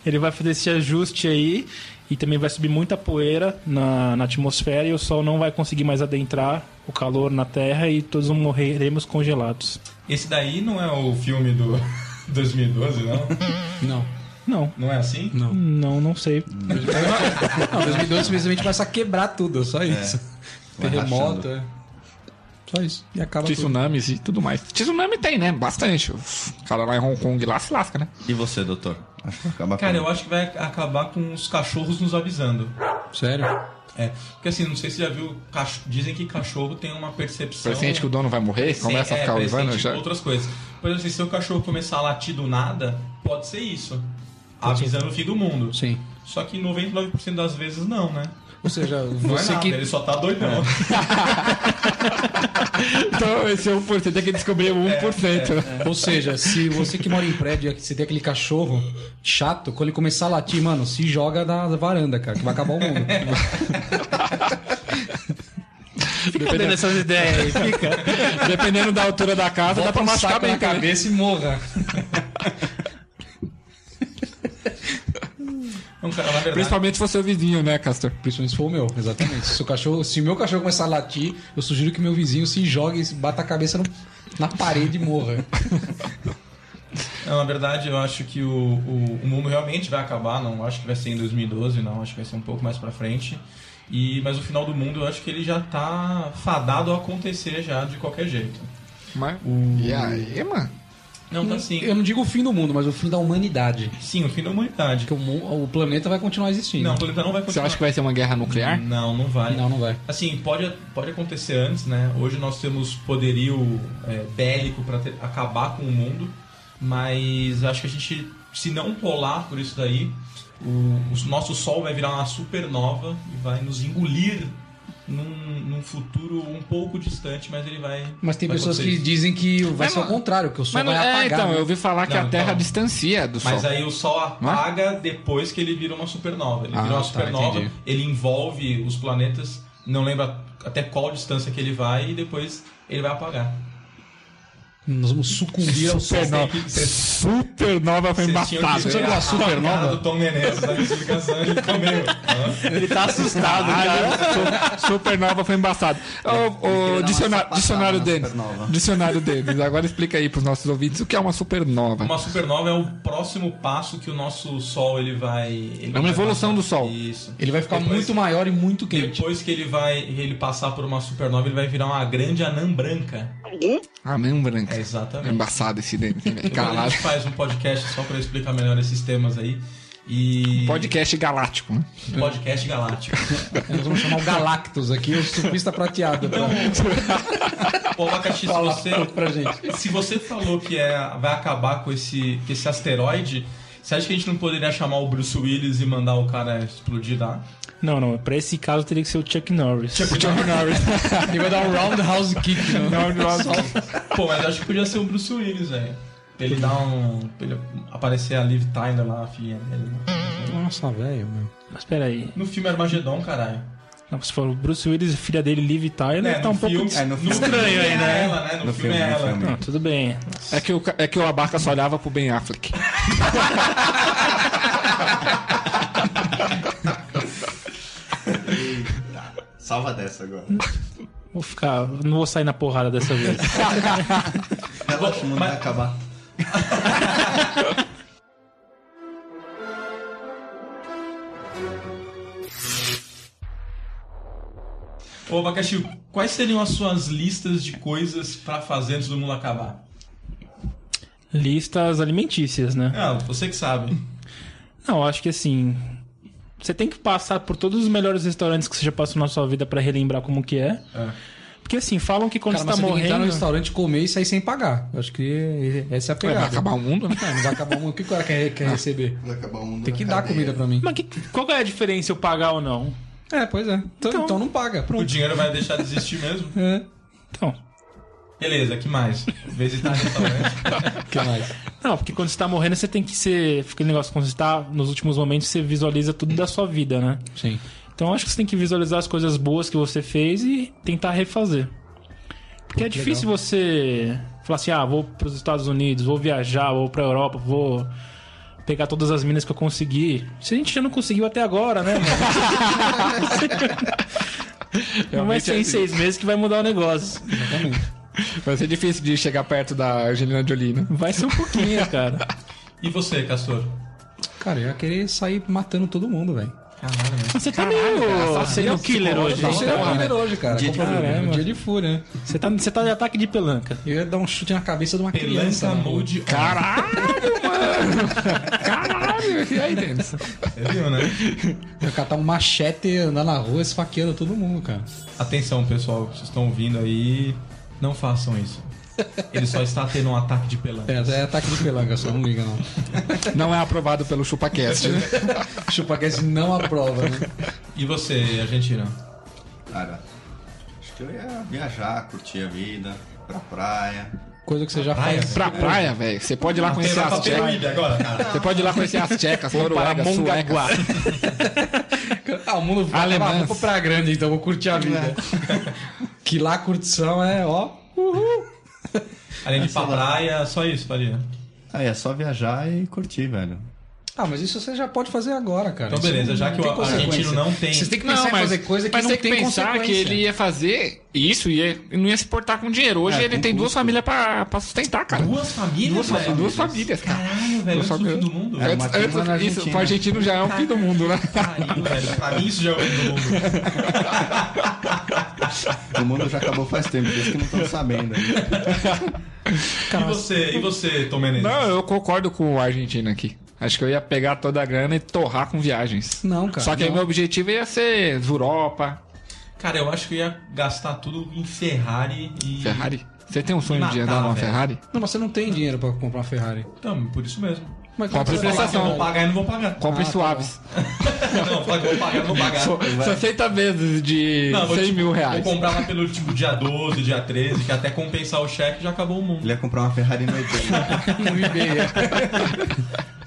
Speaker 4: Ele vai fazer esse ajuste aí e também vai subir muita poeira na, na atmosfera e o sol não vai conseguir mais adentrar o calor na Terra e todos morreremos congelados.
Speaker 2: Esse daí não é o filme do 2012, não?
Speaker 5: Não.
Speaker 4: Não,
Speaker 2: Não é assim?
Speaker 4: não, não sei.
Speaker 5: Não, 2012 simplesmente vai só quebrar tudo, só isso.
Speaker 6: Vai
Speaker 5: Terremoto, é. Só isso. E acaba tudo.
Speaker 3: Tsunamis e tudo mais. Tsunami tem, né? Bastante. O cara lá em Hong Kong lá se lasca, né?
Speaker 6: E você, doutor? Acho que vai acabar
Speaker 2: Cara,
Speaker 6: com-
Speaker 2: eu acho que vai acabar com os cachorros nos avisando.
Speaker 5: Sério?
Speaker 2: É, porque assim, não sei se você já viu, cach- dizem que cachorro tem uma percepção...
Speaker 3: Presente que o dono vai morrer,
Speaker 2: Sim,
Speaker 3: começa a
Speaker 2: é,
Speaker 3: ficar usando.
Speaker 2: presente
Speaker 3: Já...
Speaker 2: outras coisas. Por exemplo, assim, se seu cachorro começar a latir do nada, pode ser isso. Avisando o fim do mundo.
Speaker 5: Sim.
Speaker 2: Só que 99% das vezes não, né?
Speaker 5: Ou seja,
Speaker 2: Não é
Speaker 5: você
Speaker 2: nada,
Speaker 5: que
Speaker 2: ele só tá doidão.
Speaker 3: É. Então, esse 1% tem que descobrir o 1%. né?
Speaker 5: Ou seja, se você que mora em prédio, você tem aquele cachorro chato, quando ele começar a latir, mano, se joga na varanda, cara, que vai acabar o mundo.
Speaker 4: Fica dando essas ideias aí, fica.
Speaker 3: Dependendo da altura da casa, dá pra machucar bem
Speaker 5: um na
Speaker 3: também.
Speaker 5: cabeça né? e morra.
Speaker 2: Não, cara, na verdade.
Speaker 3: Principalmente se for seu vizinho, né, Castor?
Speaker 5: Principalmente se for o meu, exatamente. Se o cachorro, se meu cachorro começar a latir, eu sugiro que meu vizinho se jogue e bata a cabeça no- na parede e morra.
Speaker 2: Não, na é verdade, eu acho que o, o, o mundo realmente vai acabar. Não acho que vai ser em 2012, não. Acho que vai ser um pouco mais pra frente. E, mas o final do mundo, eu acho que ele já tá fadado a acontecer já, de qualquer jeito.
Speaker 3: Mas... E aí, mano?
Speaker 2: Não,
Speaker 3: Hum,
Speaker 2: tá sim.
Speaker 5: Eu não digo o fim do mundo, mas o fim da humanidade.
Speaker 2: Sim, o fim da humanidade.
Speaker 5: Porque o, mu- o planeta vai continuar existindo.
Speaker 2: Não, o planeta não vai
Speaker 3: Você
Speaker 2: continuar.
Speaker 3: acha que vai ser uma guerra nuclear?
Speaker 2: Não, não vai.
Speaker 5: não, não vai.
Speaker 2: Assim, pode, pode acontecer antes, né? Hoje nós temos poderio é, bélico para acabar com o mundo, mas acho que a gente, se não polar por isso daí, o, o nosso Sol vai virar uma supernova e vai nos engolir num, num futuro um pouco distante, mas ele vai.
Speaker 5: Mas tem
Speaker 2: vai
Speaker 5: pessoas que
Speaker 2: acontecer.
Speaker 5: dizem que vai
Speaker 3: Mas
Speaker 5: ser ao
Speaker 3: não-
Speaker 5: contrário, que o sol
Speaker 3: Mas não,
Speaker 5: vai
Speaker 3: é,
Speaker 5: apagar.
Speaker 3: então,
Speaker 5: né?
Speaker 3: eu ouvi falar que
Speaker 2: Não,
Speaker 3: a Terra
Speaker 2: então.
Speaker 3: distancia do
Speaker 2: Mas
Speaker 3: Sol.
Speaker 2: aí o Sol apaga depois que ele vira uma supernova. Ele
Speaker 3: é? Ah,
Speaker 2: vira uma
Speaker 3: tá,
Speaker 2: supernova,
Speaker 3: entendi.
Speaker 2: ele envolve os planetas, não lembra até qual distância que ele vai e depois ele vai apagar.
Speaker 5: Nós vamos sucumbir ao sol.
Speaker 3: Supernova. Supernova foi
Speaker 2: Vocês tinham
Speaker 3: embaçado.
Speaker 2: que
Speaker 3: Você
Speaker 2: ver
Speaker 3: viu a
Speaker 2: É a cara
Speaker 3: supernova?
Speaker 2: do Tom Menezes na explicação, ele ficou meio... "Hã?"
Speaker 4: Ele tá assustado, cara.
Speaker 3: Su- Supernova foi embaçado.
Speaker 6: dar
Speaker 3: Ô, ô,
Speaker 6: uma
Speaker 3: dicionário,
Speaker 6: sapatada
Speaker 3: dicionário
Speaker 6: na
Speaker 3: deles.
Speaker 6: supernova.
Speaker 3: Dicionário deles. Agora explica aí pros nossos ouvintes o que é uma supernova.
Speaker 2: Uma supernova é o próximo passo que o nosso Sol ele vai... ele
Speaker 3: É uma
Speaker 2: vai
Speaker 3: evolução do Sol.
Speaker 2: Isso.
Speaker 5: Ele vai ficar
Speaker 2: Depois-
Speaker 5: muito maior e muito quente.
Speaker 2: Depois que ele vai ele passar por uma supernova, ele vai virar uma grande anã branca.
Speaker 3: Ah, mesmo branca.
Speaker 2: É,
Speaker 3: É
Speaker 2: exatamente.
Speaker 3: embaçado esse né? dente, hein, velho?
Speaker 2: Depois a gente
Speaker 3: Caralho.
Speaker 2: faz um podcast só pra explicar melhor esses temas aí. E.
Speaker 3: Podcast galáctico, né?
Speaker 2: Podcast galáctico.
Speaker 5: Nós vamos chamar o Galactus aqui, o surfista prateado. pra-
Speaker 3: Então-
Speaker 2: Pô, Abacaxi, se
Speaker 5: Fala
Speaker 2: você,
Speaker 5: pra, pra gente.
Speaker 2: se você falou que é, vai acabar com esse, com esse asteroide, você acha que a gente não poderia chamar o Bruce Willis e mandar o cara explodir lá?
Speaker 4: Não, não. Pra esse caso teria que ser o Chuck Norris.
Speaker 3: O Chuck Norris.
Speaker 5: Ele vai dar um roundhouse kick. né?
Speaker 2: Pô, mas acho que podia ser o Bruce Willis, velho. Pra Ele dar um. pra Ele aparecer a Liv Tyler lá, a filhinha dele. né?
Speaker 5: Nossa, velho, meu.
Speaker 4: Mas peraí.
Speaker 2: No filme Armagedon, caralho.
Speaker 4: Não, se for o Bruce Willis e filha dele, Liv Tyler,
Speaker 2: É,
Speaker 4: tá
Speaker 2: no
Speaker 4: um pouco...
Speaker 2: filme-
Speaker 4: des-
Speaker 6: É, no filme.
Speaker 4: Estranho aí, né?
Speaker 2: É ela, né? No,
Speaker 6: No
Speaker 2: filme,
Speaker 6: filme,
Speaker 2: é
Speaker 6: no
Speaker 2: ela.
Speaker 6: filme.
Speaker 4: Não, tudo bem.
Speaker 3: É que, o, ca- é que o Abarca só olhava pro Ben Affleck.
Speaker 6: Salva dessa agora.
Speaker 4: Vou ficar... Não vou sair na porrada dessa vez.
Speaker 6: Relaxa, o mundo vai acabar.
Speaker 2: Ô, Abacaxi, quais seriam as suas listas de coisas pra fazer antes do mundo acabar?
Speaker 4: Listas alimentícias, né?
Speaker 2: Ah, você que sabe.
Speaker 4: Não, acho que assim. Você tem que passar por todos os melhores restaurantes que você já passou na sua vida pra relembrar como que é.
Speaker 2: É.
Speaker 4: Porque assim, falam que quando
Speaker 5: Cara, mas
Speaker 4: você
Speaker 5: você
Speaker 4: tá
Speaker 5: tem que entrar no
Speaker 4: morrendo.
Speaker 5: restaurante, comer e sair sem pagar. Eu acho que essa é a
Speaker 3: Ué,
Speaker 5: pegada.
Speaker 3: vai acabar o mundo, né?
Speaker 5: Não, não vai acabar o mundo. O que o cara quer, quer receber?
Speaker 6: Vai acabar o mundo. né?
Speaker 5: Tem que
Speaker 6: na
Speaker 5: dar
Speaker 6: cadeia.
Speaker 5: comida pra mim.
Speaker 4: Mas que- qual que é a diferença eu pagar ou não?
Speaker 5: É, pois é. Então, então, não paga.
Speaker 2: O
Speaker 5: Pronto.
Speaker 2: dinheiro vai deixar de existir mesmo?
Speaker 5: É.
Speaker 4: Então.
Speaker 2: Beleza, que mais? Visitar restaurante.
Speaker 5: O que é mais?
Speaker 4: Não, porque quando você tá morrendo, você tem que ser. Fica aquele negócio, quando você tá nos últimos momentos, você visualiza tudo da sua vida, né?
Speaker 5: Sim.
Speaker 4: Então acho que você tem que visualizar as coisas boas que você fez e tentar refazer. Porque é difícil você falar assim: ah, vou pros Estados Unidos, vou viajar, vou pra Europa, vou pegar todas as minas que eu conseguir. Se a gente já não conseguiu até agora, né, mano? não vai
Speaker 3: Realmente
Speaker 4: ser
Speaker 3: é
Speaker 4: em
Speaker 3: assim.
Speaker 4: seis meses que vai mudar o negócio.
Speaker 3: Vai ser difícil de chegar perto da Angelina Jolie, né?
Speaker 4: Vai ser um pouquinho, cara.
Speaker 2: E você, Castor?
Speaker 5: Cara, eu ia querer sair matando todo mundo, velho.
Speaker 4: Mas Você é um tá meio. Seria o killer hoje.
Speaker 5: Tá
Speaker 4: hein?
Speaker 5: chegando primeiro hoje, cara.
Speaker 6: Dia de
Speaker 5: Comprou-
Speaker 4: fúria.
Speaker 5: Dia de fúria, né?
Speaker 4: Você tá, você tá de ataque de pelanca.
Speaker 5: Eu ia dar um chute na cabeça de uma criança.
Speaker 2: Pelanca
Speaker 5: né?
Speaker 2: Mode.
Speaker 3: Caralho, mano! Caralho! E aí, Denis?
Speaker 2: Você viu, né?
Speaker 5: Ia catar um machete, andar na rua esfaqueando todo mundo, cara.
Speaker 2: Atenção, pessoal, vocês estão ouvindo aí. Não façam isso. Ele só está tendo um ataque de pelanca.
Speaker 5: É, é ataque de pelanca, só não liga, não.
Speaker 3: Não é aprovado pelo ChupaCast, né?
Speaker 5: Chupacast não aprova, né?
Speaker 2: E você, Argentina?
Speaker 6: Cara, acho que eu ia viajar, curtir a vida, pra praia.
Speaker 5: Coisa que você já
Speaker 2: Praia.
Speaker 5: faz.
Speaker 3: Pra praia, velho. Você pode ir lá conhecer
Speaker 2: Vai pra
Speaker 3: as tchecas.
Speaker 2: Peruíbe agora, cara.
Speaker 3: Você pode ir lá conhecer as tchecas, Noruega, Sueca.
Speaker 5: Ah, o mundo vai
Speaker 3: Alemãs.
Speaker 5: acabar, vou pra Praia Grande, então vou curtir a vida. que lá a curtição é, ó.
Speaker 2: Além de ir pra praia, só isso, faria.
Speaker 6: Aí é só viajar e curtir, velho.
Speaker 5: Ah, mas isso você já pode fazer agora, cara.
Speaker 2: Então,
Speaker 5: Isso
Speaker 2: beleza,
Speaker 5: não-
Speaker 2: já
Speaker 5: não
Speaker 2: que
Speaker 5: tem
Speaker 2: o
Speaker 5: consequência.
Speaker 2: argentino não tem.
Speaker 5: Vocês têm que pensar em fazer coisa que
Speaker 3: mas
Speaker 5: não
Speaker 3: tem que
Speaker 5: tem,
Speaker 3: pensar que
Speaker 5: consequência.
Speaker 3: ele ia fazer isso e ele não ia se portar com dinheiro. Hoje
Speaker 6: É,
Speaker 3: ele
Speaker 6: com
Speaker 3: tem duas
Speaker 6: custo.
Speaker 3: famílias pra, pra sustentar, cara.
Speaker 2: Duas famílias,
Speaker 3: Duas,
Speaker 2: velho?
Speaker 3: duas famílias, cara.
Speaker 2: Caralho, velho,
Speaker 3: Duas
Speaker 2: antes do fim
Speaker 3: famílias.
Speaker 2: do mundo.
Speaker 6: É,
Speaker 3: Antes,
Speaker 6: uma turma na
Speaker 3: antes, isso,
Speaker 6: Argentina.
Speaker 3: pro argentino já é um fim do mundo, né?
Speaker 2: Pariu, velho. Pra mim isso já é o fim do mundo.
Speaker 6: O mundo já acabou faz tempo, por isso que não estão sabendo. ainda.
Speaker 2: E você, e você, Tom Menezes?
Speaker 3: Não, eu concordo com o argentino aqui. Acho que eu ia pegar toda a grana e torrar com viagens.
Speaker 5: Não, cara.
Speaker 3: Só que aí
Speaker 5: não.
Speaker 3: meu objetivo ia ser Europa,
Speaker 2: Cara, eu acho que eu ia gastar tudo em Ferrari e.
Speaker 3: Ferrari. Você tem um sonho de
Speaker 2: Matar,
Speaker 3: andar numa
Speaker 2: velho.
Speaker 3: Ferrari?
Speaker 5: Não, mas você não tem dinheiro pra comprar uma Ferrari.
Speaker 2: Então, por isso mesmo.
Speaker 5: Mas
Speaker 3: Compre
Speaker 5: como você
Speaker 2: Falar
Speaker 5: vai
Speaker 2: que eu
Speaker 3: prestação.
Speaker 2: vou pagar e não vou pagar.
Speaker 3: Compre suaves.
Speaker 2: Não, vou pagar, vou pagar.
Speaker 3: São 60 vezes de
Speaker 2: Não, vou
Speaker 3: 100
Speaker 2: te-
Speaker 3: mil reais.
Speaker 2: Vou comprar lá pelo tipo dia 12, dia 13, que até compensar o cheque já acabou o mundo.
Speaker 6: Ele ia comprar uma Ferrari no eBay.
Speaker 5: No eBay, é. um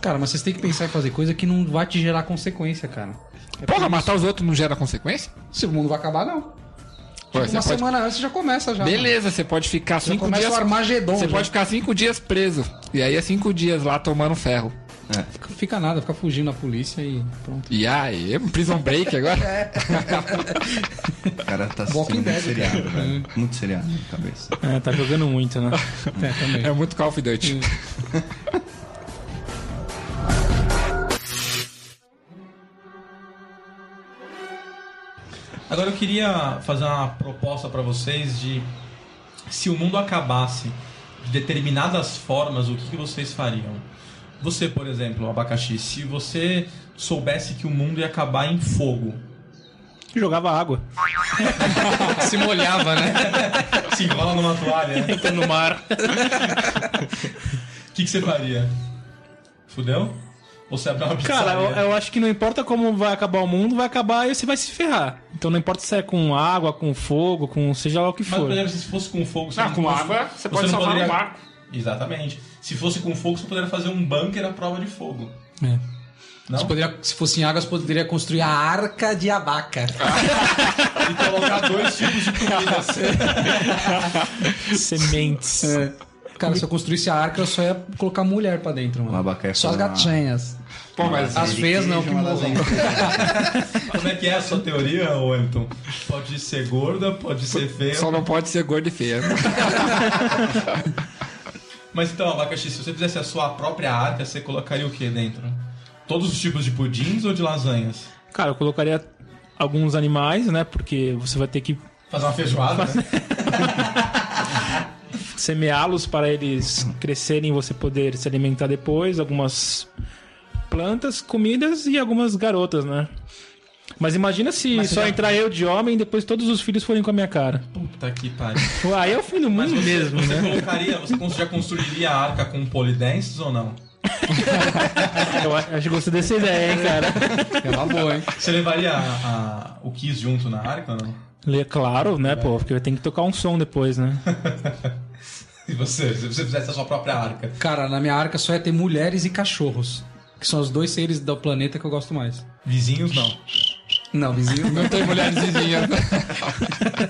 Speaker 5: Cara, mas vocês têm que pensar em fazer coisa que não vai te gerar consequência, cara.
Speaker 3: Porra, matar os outros não gera consequência?
Speaker 5: Se o mundo vai acabar, não.
Speaker 3: Pô,
Speaker 5: Tipo Uma
Speaker 3: você pode-
Speaker 5: semana antes já começa já.
Speaker 3: Beleza, você pode ficar
Speaker 5: Já
Speaker 3: cinco
Speaker 5: começa
Speaker 3: dias.
Speaker 5: o né? Armagedon.
Speaker 3: Você
Speaker 5: já.
Speaker 3: pode ficar cinco dias preso. E aí é cinco dias lá tomando ferro.
Speaker 5: Fica- Fica nada, fica fugindo da polícia e pronto.
Speaker 3: E aí, prison break agora?
Speaker 6: O cara tá
Speaker 5: Walking
Speaker 6: assistindo muito
Speaker 5: Dead,
Speaker 6: seriado, velho. Muito seriado na cabeça.
Speaker 4: É, tá jogando muito, né?
Speaker 5: É, também.
Speaker 3: É muito Call of Duty.
Speaker 2: Agora eu queria fazer uma proposta pra vocês de se o mundo acabasse de determinadas formas, o que, que vocês fariam? Você, por exemplo, abacaxi, se você soubesse que o mundo ia acabar em fogo,
Speaker 4: Jogava água.
Speaker 5: Se molhava, né?
Speaker 2: se enrola numa toalha, né?
Speaker 4: Entra no mar.
Speaker 2: o que, que você faria? Fudeu? Ou você abre uma pizzaria?
Speaker 4: Cara, é eu, eu acho que não importa como vai acabar o mundo, vai acabar e você vai se ferrar. Então não importa se é com água, com fogo, com seja lá o que
Speaker 2: Mas,
Speaker 4: for.
Speaker 2: por exemplo, se fosse com fogo... Você
Speaker 10: Ah,
Speaker 2: não
Speaker 10: com
Speaker 2: fosse-
Speaker 10: água, você pode
Speaker 2: não
Speaker 10: salvar
Speaker 2: poderia-
Speaker 10: o barco.
Speaker 2: Exatamente. Se fosse com fogo, você poderia fazer um bunker à prova de fogo.
Speaker 5: É.
Speaker 2: Não?
Speaker 5: Você poderia- se fosse em águas, poderia construir a arca de abaca.
Speaker 2: E colocar dois tipos de comida.
Speaker 4: é Sementes.
Speaker 5: Cara, se eu construísse a arca, eu só ia colocar mulher pra dentro,
Speaker 6: Uma
Speaker 5: mano.
Speaker 6: abacaxi.
Speaker 3: é
Speaker 5: Só as
Speaker 6: uma-
Speaker 5: gatinhas.
Speaker 3: Pô, mas
Speaker 5: As feias não, que morram.
Speaker 2: Como é que é a sua teoria, Wellington? Pode ser gorda, pode ser feia.
Speaker 3: só não pode ser gordo e feio. né?
Speaker 2: Mas então, abacaxi, se você fizesse a sua própria arca, você colocaria o que dentro? Todos os tipos de pudins ou de lasanhas?
Speaker 4: Cara, eu colocaria alguns animais, né? Porque você vai ter que
Speaker 2: Fazer uma feijoada? né?
Speaker 4: semeá-los para eles crescerem e você poder se alimentar depois. Algumas plantas, comidas e algumas garotas, né? Mas imagina se só entrar eu de homem e depois todos os filhos forem com a minha cara.
Speaker 2: Puta que pariu.
Speaker 4: Pô, Aí é o fim do mundo
Speaker 2: você,
Speaker 4: mesmo,
Speaker 2: você
Speaker 4: né?
Speaker 2: colocaria, você cons- já construiria a arca com polidenses ou não?
Speaker 4: Eu acho que gostei dessa ideia, hein, cara?
Speaker 5: É uma boa, hein?
Speaker 2: Você levaria a- a- o Kiss junto na arca ou não?
Speaker 4: Lê, Claro, né, pô? Porque tem que tocar um som depois, né?
Speaker 2: E você, se você fizesse a sua própria arca?
Speaker 5: Cara, na minha arca só ia ter mulheres e cachorros. Que são os dois seres do planeta que eu gosto mais.
Speaker 2: Vizinhos não.
Speaker 5: Não, vizinho.
Speaker 3: Não tem mulheres vizinhas. né?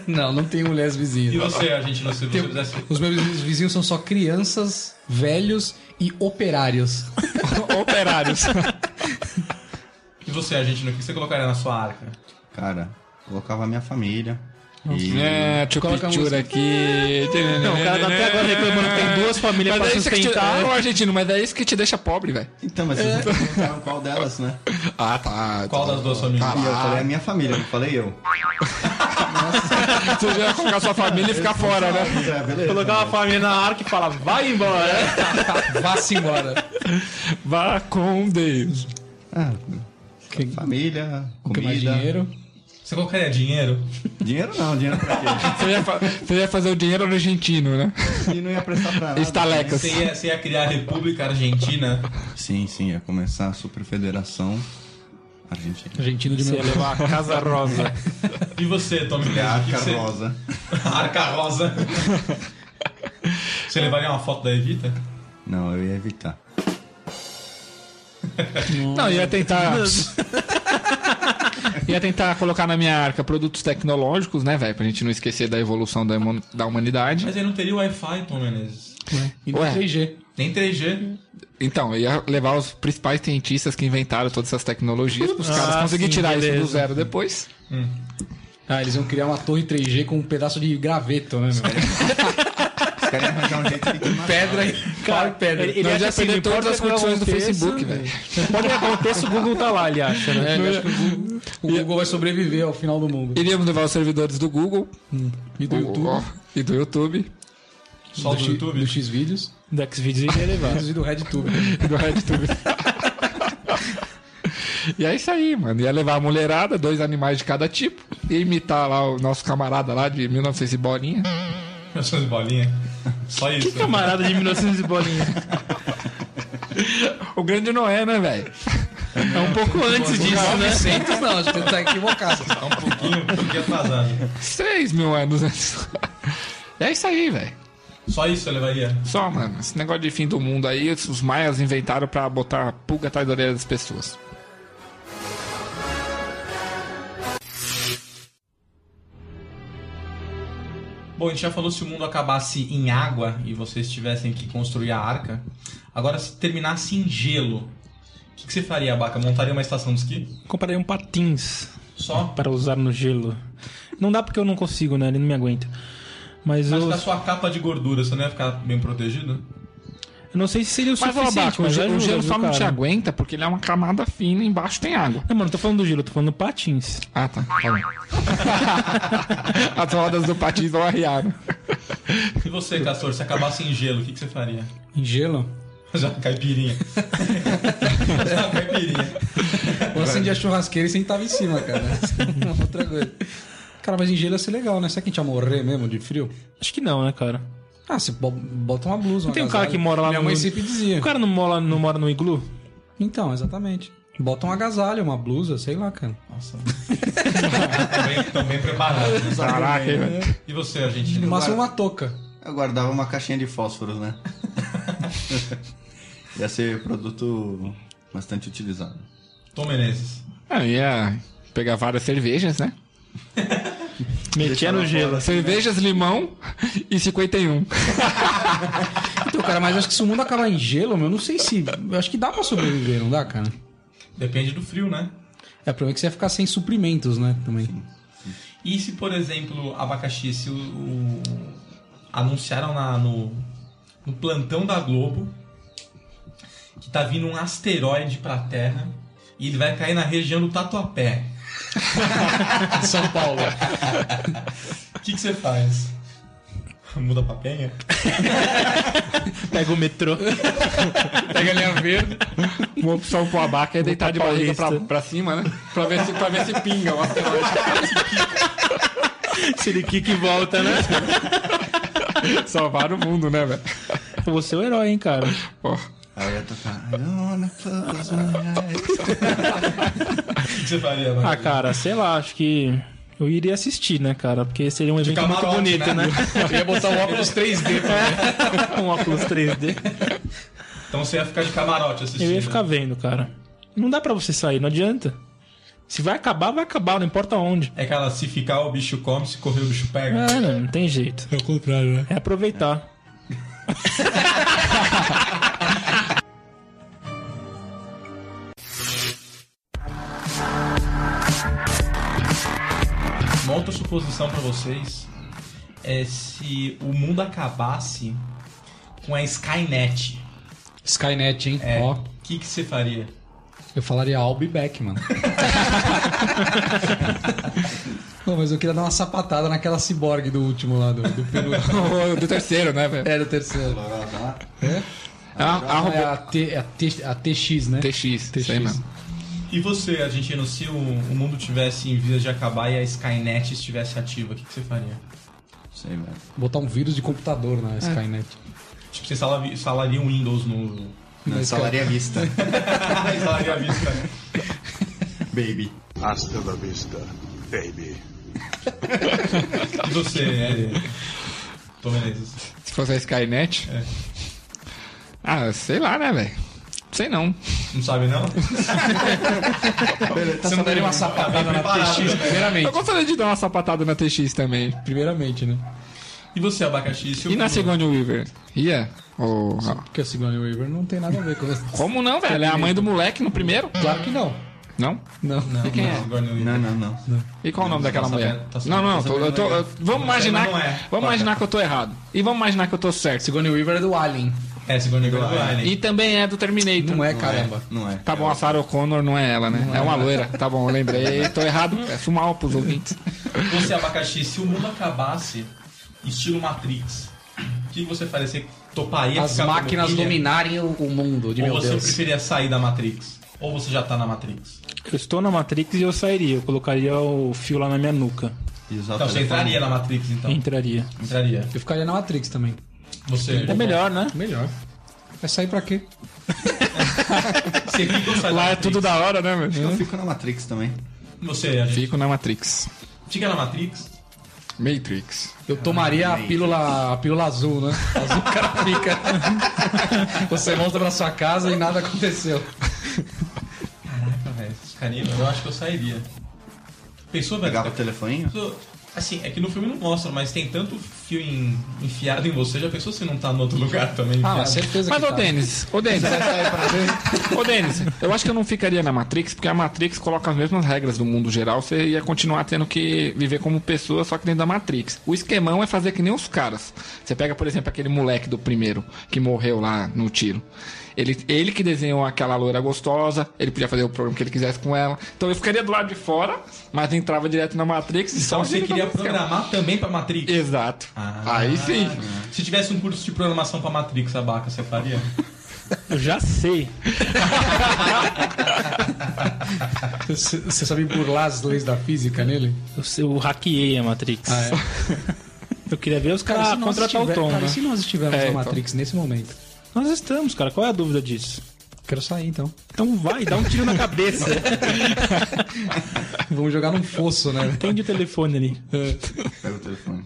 Speaker 5: não, não tem mulheres
Speaker 2: E
Speaker 5: vizinhas.
Speaker 2: você, a gente não se você fizesse.
Speaker 5: Os meus vizinhos são só crianças, velhos e operários.
Speaker 3: Operários.
Speaker 2: E você, a gente não. O que você colocaria na sua arca?
Speaker 6: Cara, colocava a minha família. E...
Speaker 5: né?
Speaker 3: É, deixa eu
Speaker 5: Coloca a
Speaker 3: pintura
Speaker 5: música.
Speaker 3: aqui.
Speaker 4: Não, o cara tá até agora reclamando que tem duas famílias
Speaker 3: Mas
Speaker 4: pra
Speaker 3: é isso que te...
Speaker 4: sustentar.
Speaker 3: Ô, argentino, mas é isso que te deixa pobre, velho.
Speaker 6: Então, mas vocês não perguntaram qual delas, né?
Speaker 3: Ah, tá.
Speaker 2: Qual das duas famílias?
Speaker 6: E eu falei "É a minha família, não falei eu.
Speaker 3: Então Você já ia colocar sua família e ficar fora, né?
Speaker 6: É, beleza.
Speaker 4: Colocar uma família na arca e falar, vai embora.
Speaker 5: Vá-se embora.
Speaker 3: Vá com Deus.
Speaker 6: Ah, família,
Speaker 5: O que
Speaker 6: comida.
Speaker 5: mais dinheiro?
Speaker 2: Você colocaria dinheiro?
Speaker 6: Dinheiro não, dinheiro pra quê?
Speaker 3: Você ia, fa- você ia fazer o dinheiro argentino, né?
Speaker 6: E não ia prestar pra
Speaker 4: Ah,
Speaker 6: nada.
Speaker 3: Estalecas.
Speaker 2: Você ia, você ia criar a República Argentina?
Speaker 6: Sim, sim, ia começar a Superfederação Argentina.
Speaker 5: Argentino de meu.
Speaker 4: levar a casa rosa.
Speaker 2: E você, Tommy
Speaker 6: É a
Speaker 2: Cruise? O que
Speaker 6: Arca
Speaker 2: que você-
Speaker 6: Rosa.
Speaker 2: Arca Rosa. Você levaria uma foto da Evita?
Speaker 6: Não, eu ia evitar.
Speaker 3: Não, ia tentar. ia tentar colocar na minha arca produtos tecnológicos, né, velho? Pra gente não esquecer da evolução da, hemo- da humanidade.
Speaker 2: Mas aí não teria Wi-Fi, Tom Menezes.
Speaker 5: E no
Speaker 3: Ué.
Speaker 5: 3G.
Speaker 2: Nem 3G.
Speaker 3: Então, ia levar os principais cientistas que inventaram todas essas tecnologias pros caras
Speaker 4: Ah,
Speaker 3: conseguirem
Speaker 4: sim,
Speaker 3: tirar isso
Speaker 4: beleza.
Speaker 3: do zero depois.
Speaker 5: Ah, eles iam criar uma torre 3G com um pedaço de graveto, né, meu?
Speaker 6: Os caras iam arranjar um jeito de queimar.
Speaker 5: Pedra e pau e pedra.
Speaker 4: ele, ele
Speaker 3: Nós
Speaker 4: acha
Speaker 3: já
Speaker 4: assim, não
Speaker 3: perdemos todas as
Speaker 4: importa o que
Speaker 3: condições do
Speaker 4: aconteça,
Speaker 3: Facebook, velho.
Speaker 4: Não importa o que aconteça, o Google tá lá, ele acha, né?
Speaker 5: Eu acho que o Google, o Google vai sobreviver ao final do mundo.
Speaker 3: Iríamos levar os servidores do Google
Speaker 5: E do YouTube,
Speaker 3: ó, e do YouTube
Speaker 2: Só do
Speaker 5: X-
Speaker 2: YouTube.
Speaker 5: do Xvideos
Speaker 4: Do Xvideos ele ia levar.
Speaker 5: e do RedTube.
Speaker 3: e do RedTube. e é isso aí, mano. Ia levar a mulherada, dois animais de cada tipo, e imitar lá o nosso camarada lá de 1900 e bolinha.
Speaker 2: Eu sou de bolinha. Só
Speaker 4: é
Speaker 2: isso.
Speaker 4: Camarada de 1900 e bolinha.
Speaker 3: O grande Noé, né, velho?
Speaker 4: É um pouco antes disso, né?
Speaker 5: 900 não, acho que tá equivocado.
Speaker 2: Tá um pouquinho, um pouquinho atrasado.
Speaker 3: 3 mil anos antes. É isso aí, velho.
Speaker 2: Só isso eu levaria.
Speaker 3: Só, mano. Esse negócio de fim do mundo aí, os maias inventaram pra botar pulga atrás da orelha das pessoas.
Speaker 2: Bom, a gente já falou se o mundo acabasse em água e vocês tivessem que construir a arca. Agora, se terminasse em gelo, o que, que você faria, Abaca? Montaria uma estação de esqui?
Speaker 4: Comprarei um patins
Speaker 2: Só?
Speaker 4: para usar no gelo. Não dá porque eu não consigo, né? Ele não me aguenta. Mas tá-
Speaker 2: Acho
Speaker 4: eu,
Speaker 2: que a sua capa de gordura, você não ia ficar bem protegido?
Speaker 4: eu não sei se seria o
Speaker 3: Mas, ô,
Speaker 4: É suficiente.
Speaker 3: Abaco, o
Speaker 4: mas
Speaker 3: ge-
Speaker 4: ajuda,
Speaker 3: o gelo
Speaker 4: viu,
Speaker 3: só não
Speaker 4: cara?
Speaker 3: te aguenta porque ele é uma camada fina e embaixo tem água.
Speaker 4: Não, mano, não tô falando do gelo, tô falando do patins.
Speaker 3: Ah, tá. tá bom. As rodas do patins não arriaram.
Speaker 2: E você, Castor, se acabasse em gelo, o que, que você faria?
Speaker 5: Em gelo?
Speaker 2: Já uma caipirinha. Já uma caipirinha.
Speaker 5: Ou acendia a churrasqueira e sentava em cima, cara. Outra coisa. Cara, mas em gelo ia ser legal, né? Será que a gente ia morrer mesmo de frio?
Speaker 4: Acho que não, né, cara?
Speaker 5: Ah, você bo- bota uma blusa, uma
Speaker 4: Não tem um cara
Speaker 5: agasalho.
Speaker 4: que mora lá
Speaker 5: Minha
Speaker 4: no-
Speaker 5: mãe sempre dizia.
Speaker 4: O cara não mora, não mora no iglu?
Speaker 5: Então, exatamente. Bota um agasalho, uma blusa, sei lá, cara.
Speaker 2: Nossa. Tão bem- tão bem preparado. né?
Speaker 3: Caraca, hein, velho.
Speaker 2: E você,
Speaker 5: No
Speaker 2: Argentina?
Speaker 5: máximo uma touca.
Speaker 6: Eu guardava uma caixinha de fósforos, né? Ia ser produto bastante utilizado.
Speaker 2: Tom Menezes.
Speaker 3: Ah, ia pegar várias cervejas, né?
Speaker 4: Metia no gelo. assim,
Speaker 3: Cervejas, limão e 51.
Speaker 5: Então, cara, mas acho que se o mundo acabar em gelo, meu, não sei se. Eu acho que dá pra sobreviver, não dá, cara?
Speaker 2: Depende do frio, né?
Speaker 5: É, o problema é que você ia ficar sem suprimentos, né? Também.
Speaker 2: E se, por exemplo, abacaxi, se o, o- anunciaram na- no, no plantão da Globo que tá vindo um asteroide pra Terra e ele vai cair na região do Tatuapé.
Speaker 5: São Paulo.
Speaker 2: O que, que você faz? Muda pra penha?
Speaker 4: Pega o metrô.
Speaker 3: Pega a linha verde. Uma opção pro abaca é deitar de barriga pra,
Speaker 4: Paulista.
Speaker 3: pra cima, né? Pra ver se, pra ver se pinga o asteroide.
Speaker 4: Se ele quica e volta, né?
Speaker 3: Salvar o mundo, né, velho?
Speaker 4: Eu vou ser é o herói, hein, cara.
Speaker 3: Pô,
Speaker 6: Aí ia tocar. "I don't wanna close my eyes."
Speaker 2: O que, que você faria,
Speaker 4: Ah,
Speaker 2: mano?
Speaker 4: cara, sei lá, acho que eu iria assistir, né, cara? Porque seria um evento muito
Speaker 2: camarote,
Speaker 4: bonito,
Speaker 2: né?
Speaker 4: né?
Speaker 5: ia botar um óculos 3D pra
Speaker 4: um óculos 3D.
Speaker 2: Então você ia ficar de camarote assistindo.
Speaker 4: Eu ia ficar vendo, cara. Não dá pra você sair, não adianta. Se vai acabar, vai acabar, não importa onde.
Speaker 2: É aquela, se ficar o bicho come, se correr o bicho pega.
Speaker 4: É, não, não tem jeito.
Speaker 5: É o contrário, né?
Speaker 4: É aproveitar.
Speaker 2: Uma outra suposição pra vocês é se o mundo acabasse com a Skynet.
Speaker 5: Skynet, hein?
Speaker 2: É,
Speaker 5: Ó,
Speaker 2: o que, que você faria?
Speaker 5: eu falaria I'll be back, mano. Pô, mas eu queria dar uma sapatada naquela ciborgue do último lá, do, do penúltimo.
Speaker 3: do terceiro, né, velho?
Speaker 5: É, do terceiro.
Speaker 3: É a- a
Speaker 5: Ah, é
Speaker 3: robô-
Speaker 5: a, T, a, T, a TX, né?
Speaker 3: TX, isso aí mesmo.
Speaker 2: E você, argentino, se o, o mundo tivesse em vias de acabar e a Skynet estivesse ativa, o que, que você faria?
Speaker 6: Não sei, velho.
Speaker 5: Botar um vírus de computador na Skynet.
Speaker 2: Tipo, você instalaria instalaria um Windows no.
Speaker 6: Não,
Speaker 5: Mas, cara-
Speaker 6: salaria à vista.
Speaker 2: instalaria a vista. né?
Speaker 6: Baby.
Speaker 10: Hasta la vista, baby.
Speaker 2: E você, né? Tom Menezes.
Speaker 3: Se fosse a Skynet.
Speaker 2: É.
Speaker 3: Ah, sei lá, né, velho? Sei não.
Speaker 2: Não sabe, não?
Speaker 5: Você não daria uma sapatada na
Speaker 2: preparado,
Speaker 5: TX,
Speaker 3: Eu
Speaker 5: primeiramente.
Speaker 3: gostaria de dar uma sapatada na TX também.
Speaker 5: Primeiramente, né?
Speaker 2: E você, abacaxi? Se o
Speaker 3: E na
Speaker 2: mundo-
Speaker 3: Sigourney Weaver? Ia? Ou-
Speaker 5: Porque a Sigourney Weaver não tem nada a ver com isso.
Speaker 3: Como não, velho? Ela é a mãe do moleque no primeiro?
Speaker 5: Claro que não.
Speaker 3: Não?
Speaker 5: Não.
Speaker 2: Não,
Speaker 3: quem é?
Speaker 2: Sigourney Weaver.
Speaker 6: Não, não, não.
Speaker 3: E qual o nome
Speaker 2: Não,
Speaker 3: daquela
Speaker 2: tá
Speaker 3: mulher?
Speaker 2: sabendo, tá sabendo,
Speaker 3: Não, não,
Speaker 2: tá
Speaker 3: eu tô- eu tô- eu- vamos imaginar,
Speaker 2: Mas não é.
Speaker 3: vamos
Speaker 2: Bota.
Speaker 3: imaginar que eu tô errado. E vamos imaginar que eu tô certo.
Speaker 5: Sigourney Weaver é do Alien.
Speaker 2: É, Sigourney Weaver do Alien.
Speaker 3: E também é do Terminator.
Speaker 5: Não é, caramba.
Speaker 6: Não é.
Speaker 3: Tá bom, a Sarah O'Connor não é ela, né? é uma loira. Tá bom, eu lembrei. Tô errado. Peço mal pros ouvintes.
Speaker 2: Você, abacaxi, se o mundo acabasse, estilo Matrix, o que você faria? Você toparia
Speaker 5: As
Speaker 2: ficar como
Speaker 5: máquinas
Speaker 2: filha?
Speaker 5: dominarem o o mundo, de
Speaker 2: Ou
Speaker 5: meu
Speaker 2: você
Speaker 5: Deus.
Speaker 2: preferia sair da Matrix? Ou você já tá na Matrix?
Speaker 4: Eu estou na Matrix e eu sairia. Eu colocaria o fio lá na minha nuca.
Speaker 6: E usar o
Speaker 2: Então, você
Speaker 6: telefone.
Speaker 2: entraria na Matrix, então?
Speaker 4: Entraria.
Speaker 2: Entraria.
Speaker 5: Eu ficaria na Matrix também.
Speaker 2: Você.
Speaker 4: É melhor, né?
Speaker 5: Melhor. Vai sair pra quê?
Speaker 2: Você fica ou sai
Speaker 3: Lá
Speaker 2: da
Speaker 3: é tudo
Speaker 2: Matrix?
Speaker 3: da hora, né,
Speaker 6: Acho que eu
Speaker 3: mano?
Speaker 6: fico na Matrix também.
Speaker 2: Você, a gente
Speaker 3: Fico na Matrix.
Speaker 2: fica na Matrix.
Speaker 3: Matrix.
Speaker 5: Eu tomaria a pílula, a pílula azul, né? Azul o cara fica. Você volta pra sua casa e nada aconteceu.
Speaker 2: Caraca, velho. É, esses carinhas, Eu acho que eu sairia. Pensou, velho?
Speaker 6: Pegava o telefoninho.
Speaker 2: Pensou- Assim, é que no filme não mostra, mas tem tanto fio em- enfiado em você, já pensou se não tá no outro lugar também?
Speaker 5: Ah,
Speaker 2: enfiado?
Speaker 5: mas certeza
Speaker 3: Mas,
Speaker 5: que
Speaker 3: ô
Speaker 5: tá.
Speaker 3: Denis, ô Denis, ô Denis, eu acho que eu não ficaria na Matrix, porque a Matrix coloca as mesmas regras do mundo geral, você ia continuar tendo que viver como pessoa, só que dentro da Matrix. O esquemão é fazer que nem os caras. Você pega, por exemplo, aquele moleque do primeiro, que morreu lá no tiro. Ele, ele que desenhou aquela loira gostosa, ele podia fazer o programa que ele quisesse com ela. Então eu ficaria do lado de fora, mas entrava direto na Matrix e
Speaker 5: tá
Speaker 2: Então
Speaker 3: só
Speaker 2: você queria programar também pra Matrix?
Speaker 3: Exato.
Speaker 2: Ah.
Speaker 3: Aí sim.
Speaker 2: Se tivesse um curso de programação pra Matrix, abaca, você faria?
Speaker 4: Eu já sei.
Speaker 5: Você você sabe burlar as leis da física nele?
Speaker 4: Eu, sei- eu hackeei a Matrix.
Speaker 5: Ah, é?
Speaker 4: Eu queria ver os
Speaker 5: e
Speaker 4: caras
Speaker 5: se nós
Speaker 4: contratar o
Speaker 5: estiver-
Speaker 4: Tom,
Speaker 5: cara,
Speaker 4: né?
Speaker 5: e se nós estivermos
Speaker 3: É,
Speaker 5: na
Speaker 3: então.
Speaker 5: Matrix nesse momento?
Speaker 4: Nós estamos, cara. Qual é a dúvida disso?
Speaker 5: Quero sair, então.
Speaker 4: Então vai, dá um tiro na cabeça.
Speaker 5: Vamos jogar num fosso, né?
Speaker 4: Atende o telefone ali.
Speaker 6: Pega o telefone.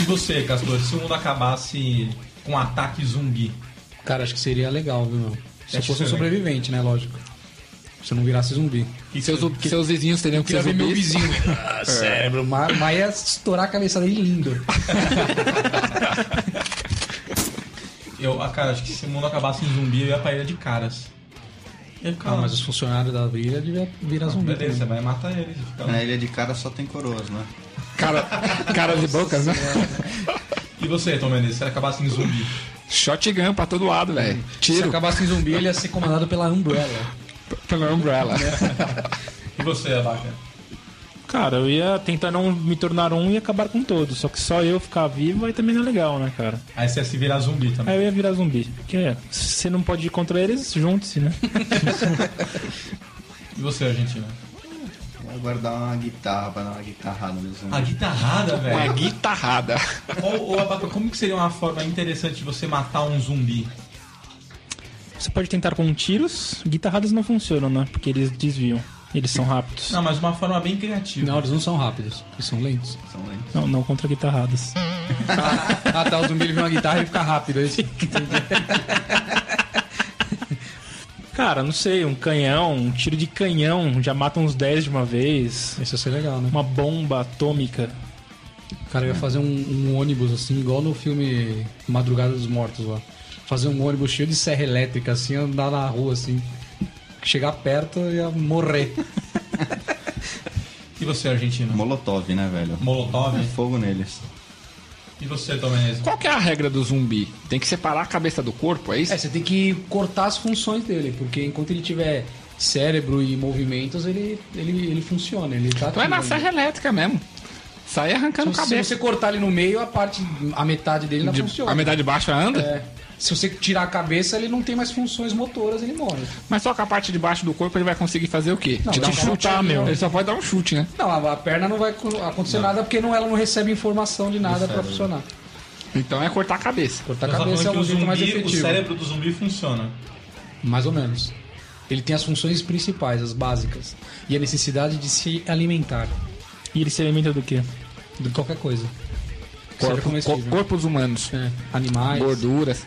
Speaker 2: E você, Castor, se o mundo acabasse com um ataque zumbi?
Speaker 5: Cara, acho que seria legal, viu, meu? Se
Speaker 4: É
Speaker 5: eu
Speaker 2: Acho
Speaker 5: fosse um
Speaker 2: que seria.
Speaker 5: sobrevivente, né? Lógico. Se eu não virasse zumbi.
Speaker 2: Que
Speaker 3: Seus,
Speaker 2: você-
Speaker 3: seus vizinhos teriam que ser
Speaker 5: ver meu
Speaker 3: zumbis.
Speaker 5: vizinho. Ah, cérebro. Mas mas ia estourar a cabeça dele lindo.
Speaker 2: eu, ah, cara, acho que se o mundo acabasse em zumbi, eu ia pra ilha de caras. Eu ia ficar
Speaker 5: Ah,
Speaker 2: lá.
Speaker 5: mas os funcionários da vila deviam virar zumbi.
Speaker 2: Ah, Beleza, você
Speaker 5: também.
Speaker 2: vai matar eles. Então.
Speaker 6: Na ilha de cara só tem coroas, né?
Speaker 3: Cara, caras e bocas, né?
Speaker 2: E você, Tom Menezes, se ele acabasse em zumbi?
Speaker 3: Shotgun pra todo lado, velho.
Speaker 5: Se
Speaker 3: Tiro
Speaker 5: acabasse em zumbi, ele ia ser comandado pela Umbrella.
Speaker 3: pela Umbrella.
Speaker 5: É.
Speaker 2: E você, Abaca?
Speaker 4: Cara, eu ia tentar não me tornar um e acabar com todos. Só que só eu ficar vivo aí também não é legal, né, cara?
Speaker 2: Aí você ia se virar zumbi também.
Speaker 4: Aí eu ia virar zumbi. Porque se você não pode ir contra eles, junte-se, né?
Speaker 2: E você, Argentina?
Speaker 6: Vai guardar uma guitarra pra dar uma guitarrada mesmo.
Speaker 2: A guitarrada,
Speaker 3: Uma
Speaker 2: velho.
Speaker 3: guitarrada.
Speaker 2: Ou, ou, Abaca, como que seria uma forma interessante de você matar um zumbi?
Speaker 4: Você pode tentar com tiros. Guitarradas não funcionam, né? Porque eles desviam. Eles são rápidos.
Speaker 2: Não, mas uma forma bem criativa.
Speaker 5: Não, eles não são rápidos. Eles são lentos.
Speaker 6: São lentos.
Speaker 4: Não, não contra guitarradas.
Speaker 5: Ah, tá. O zumbi ele vê uma guitarra e ele fica rápido. é isso?
Speaker 4: Cara, não sei, um canhão, um tiro de canhão, já mata uns 10 de uma vez.
Speaker 5: Isso ia ser legal, né?
Speaker 4: Uma bomba atômica.
Speaker 5: Cara, eu ia fazer um, um ônibus assim, igual no filme Madrugada dos Mortos lá. Fazer um ônibus cheio de serra elétrica, assim, andar na rua, assim. Chegar perto eu ia morrer.
Speaker 2: E você, Argentina?
Speaker 6: Molotov, né, velho?
Speaker 2: Molotov?
Speaker 6: Fogo neles.
Speaker 2: E você, Tom Menezes?
Speaker 3: Qual que é a regra do zumbi? Tem que separar a cabeça do corpo, é isso?
Speaker 5: É, você tem que cortar as funções dele, porque enquanto ele tiver cérebro e movimentos, ele, ele, ele funciona, ele tá
Speaker 3: Então é na
Speaker 5: ativo
Speaker 3: serra
Speaker 5: ainda.
Speaker 3: elétrica mesmo. Sai arrancando
Speaker 5: se, se
Speaker 3: cabeça.
Speaker 5: você cortar ele no meio, a parte, a metade dele não
Speaker 3: De-
Speaker 5: funciona.
Speaker 3: a metade de baixo anda,
Speaker 5: É. Se você tirar a cabeça, ele não tem mais funções motoras, ele morre.
Speaker 3: mas só com a parte de baixo do corpo ele vai conseguir fazer o quê?
Speaker 5: Não,
Speaker 3: Te dar um
Speaker 5: te
Speaker 3: chute,
Speaker 5: chutar,
Speaker 3: né?
Speaker 5: meu.
Speaker 3: Ele só pode dar um chute, né?
Speaker 5: Não, a, a perna não vai co- acontecer nada porque não, ela não recebe informação de nada pra funcionar.
Speaker 3: Então é cortar a cabeça.
Speaker 5: Cortar a
Speaker 2: Nós estamos
Speaker 5: cabeça é
Speaker 2: falando
Speaker 5: um
Speaker 2: que o
Speaker 5: jeito mais
Speaker 2: zumbi- O
Speaker 5: efetivo.
Speaker 2: cérebro do zumbi funciona.
Speaker 5: Mais ou menos. Ele tem as funções principais, as básicas. E a necessidade de se alimentar
Speaker 4: E ele se alimenta do quê?
Speaker 5: de qualquer coisa. Seja
Speaker 3: Corpo-
Speaker 5: é comestível.
Speaker 3: co- corpos humanos,
Speaker 5: É, animais.
Speaker 3: gorduras.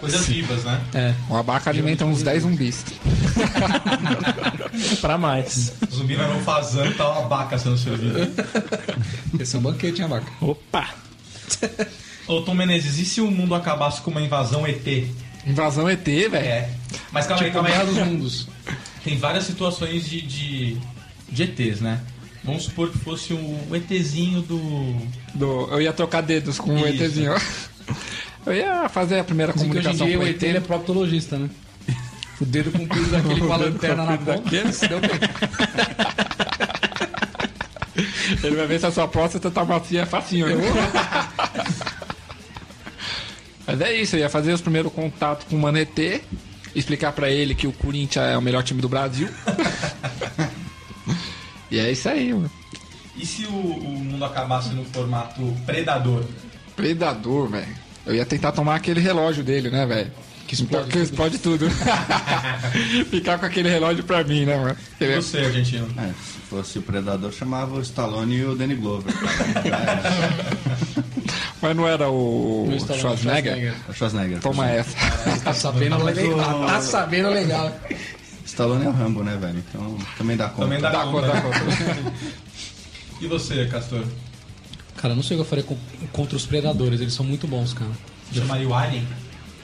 Speaker 2: Coisas vivas, né?
Speaker 5: É.
Speaker 3: O abaca alimenta uns 10 zumbis.
Speaker 4: É Pra mais.
Speaker 2: O zumbi vai no fazão e tá uma vaca sendo servida.
Speaker 5: Esse é um banquete, hein, vaca?
Speaker 4: Opa!
Speaker 2: Ô, Tom Menezes, e se o mundo acabasse com uma invasão ET?
Speaker 3: Invasão ET, velho.
Speaker 2: É. Mas calma aí,
Speaker 5: Tipo,
Speaker 2: calma
Speaker 5: Guerra dos
Speaker 2: aí.
Speaker 5: Mundos.
Speaker 2: Tem várias situações de, de, de ETs, né? Vamos supor que fosse o ETzinho do...
Speaker 3: Do- eu ia trocar dedos com o
Speaker 2: Isso.
Speaker 3: ETzinho. Eu ia fazer a primeira
Speaker 5: Dizem que hoje em
Speaker 3: comunicação
Speaker 5: dia
Speaker 3: com
Speaker 5: o
Speaker 3: o
Speaker 5: ET ele é
Speaker 3: ET.
Speaker 5: proctologista, né? O dedo comprido daquele com a lanterna é na ponta.
Speaker 3: Ele vai ver se a sua próstata tá macia facinho, né? Mas é isso, eu ia fazer os primeiros contatos com o Manetê, explicar pra ele que o Corinthians é o melhor time do Brasil. e é isso aí, mano.
Speaker 2: E se o, o mundo acabasse no formato predador?
Speaker 3: Predador, velho. Eu ia tentar tomar aquele relógio dele, né, velho? Que explode, que explode tudo. Ficar com aquele relógio pra mim, né, mano?
Speaker 2: E Você, argentino.
Speaker 5: Tá
Speaker 6: É, se fosse o Predador, chamava o Stallone e o Danny Glover.
Speaker 3: Mas não era o
Speaker 5: No Instagram,
Speaker 3: Schwarzenegger?
Speaker 6: É O Schwarzenegger.
Speaker 3: Toma essa.
Speaker 5: Tá sabendo legal. Tá sabendo legal.
Speaker 6: Stallone é o Rambo, né, velho? Então também dá conta.
Speaker 2: Também dá,
Speaker 3: Dá
Speaker 2: conta. né?
Speaker 3: conta, dá conta.
Speaker 2: E você, Castor?
Speaker 5: Cara, eu não sei o que eu faria com- contra os predadores, eles são muito bons, cara. Então,
Speaker 2: Chamaria o Alien?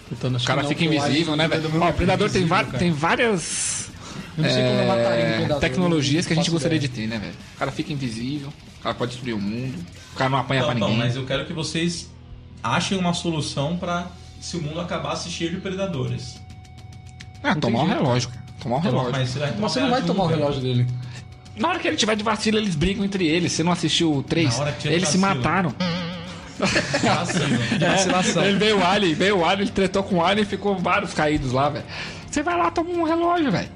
Speaker 5: Tentando
Speaker 3: O cara fica invisível, né, velho? Ó, o Predador tem, va- tem várias
Speaker 5: Não sei como eu mataria um
Speaker 3: é,
Speaker 5: predador,
Speaker 3: tecnologias
Speaker 5: não
Speaker 3: que a gente
Speaker 5: faço
Speaker 3: gostaria
Speaker 5: ideia.
Speaker 3: de ter, né, velho? O cara fica invisível, o cara pode destruir o mundo, o cara não apanha
Speaker 2: Não,
Speaker 3: É, pra
Speaker 2: não,
Speaker 3: ninguém.
Speaker 2: Então, Tá mas eu quero que vocês achem uma solução pra se o mundo acabasse cheio de predadores.
Speaker 3: Ah, tomar um relógio, cara. Tomar um relógio.
Speaker 2: Tá Mas você, vai
Speaker 5: Mas você não vai tomar o relógio dele.
Speaker 3: Na hora que ele tiver de vacilo, eles brigam entre eles. Você não assistiu o 3?
Speaker 2: Na hora que tiver de
Speaker 3: Eles se
Speaker 2: vacilo.
Speaker 3: mataram.
Speaker 2: relógio.
Speaker 3: É, ele veio o Alien, veio o Alien, ele tretou com o Alien e ficou vários caídos lá, velho. Você vai lá, toma um relógio, velho.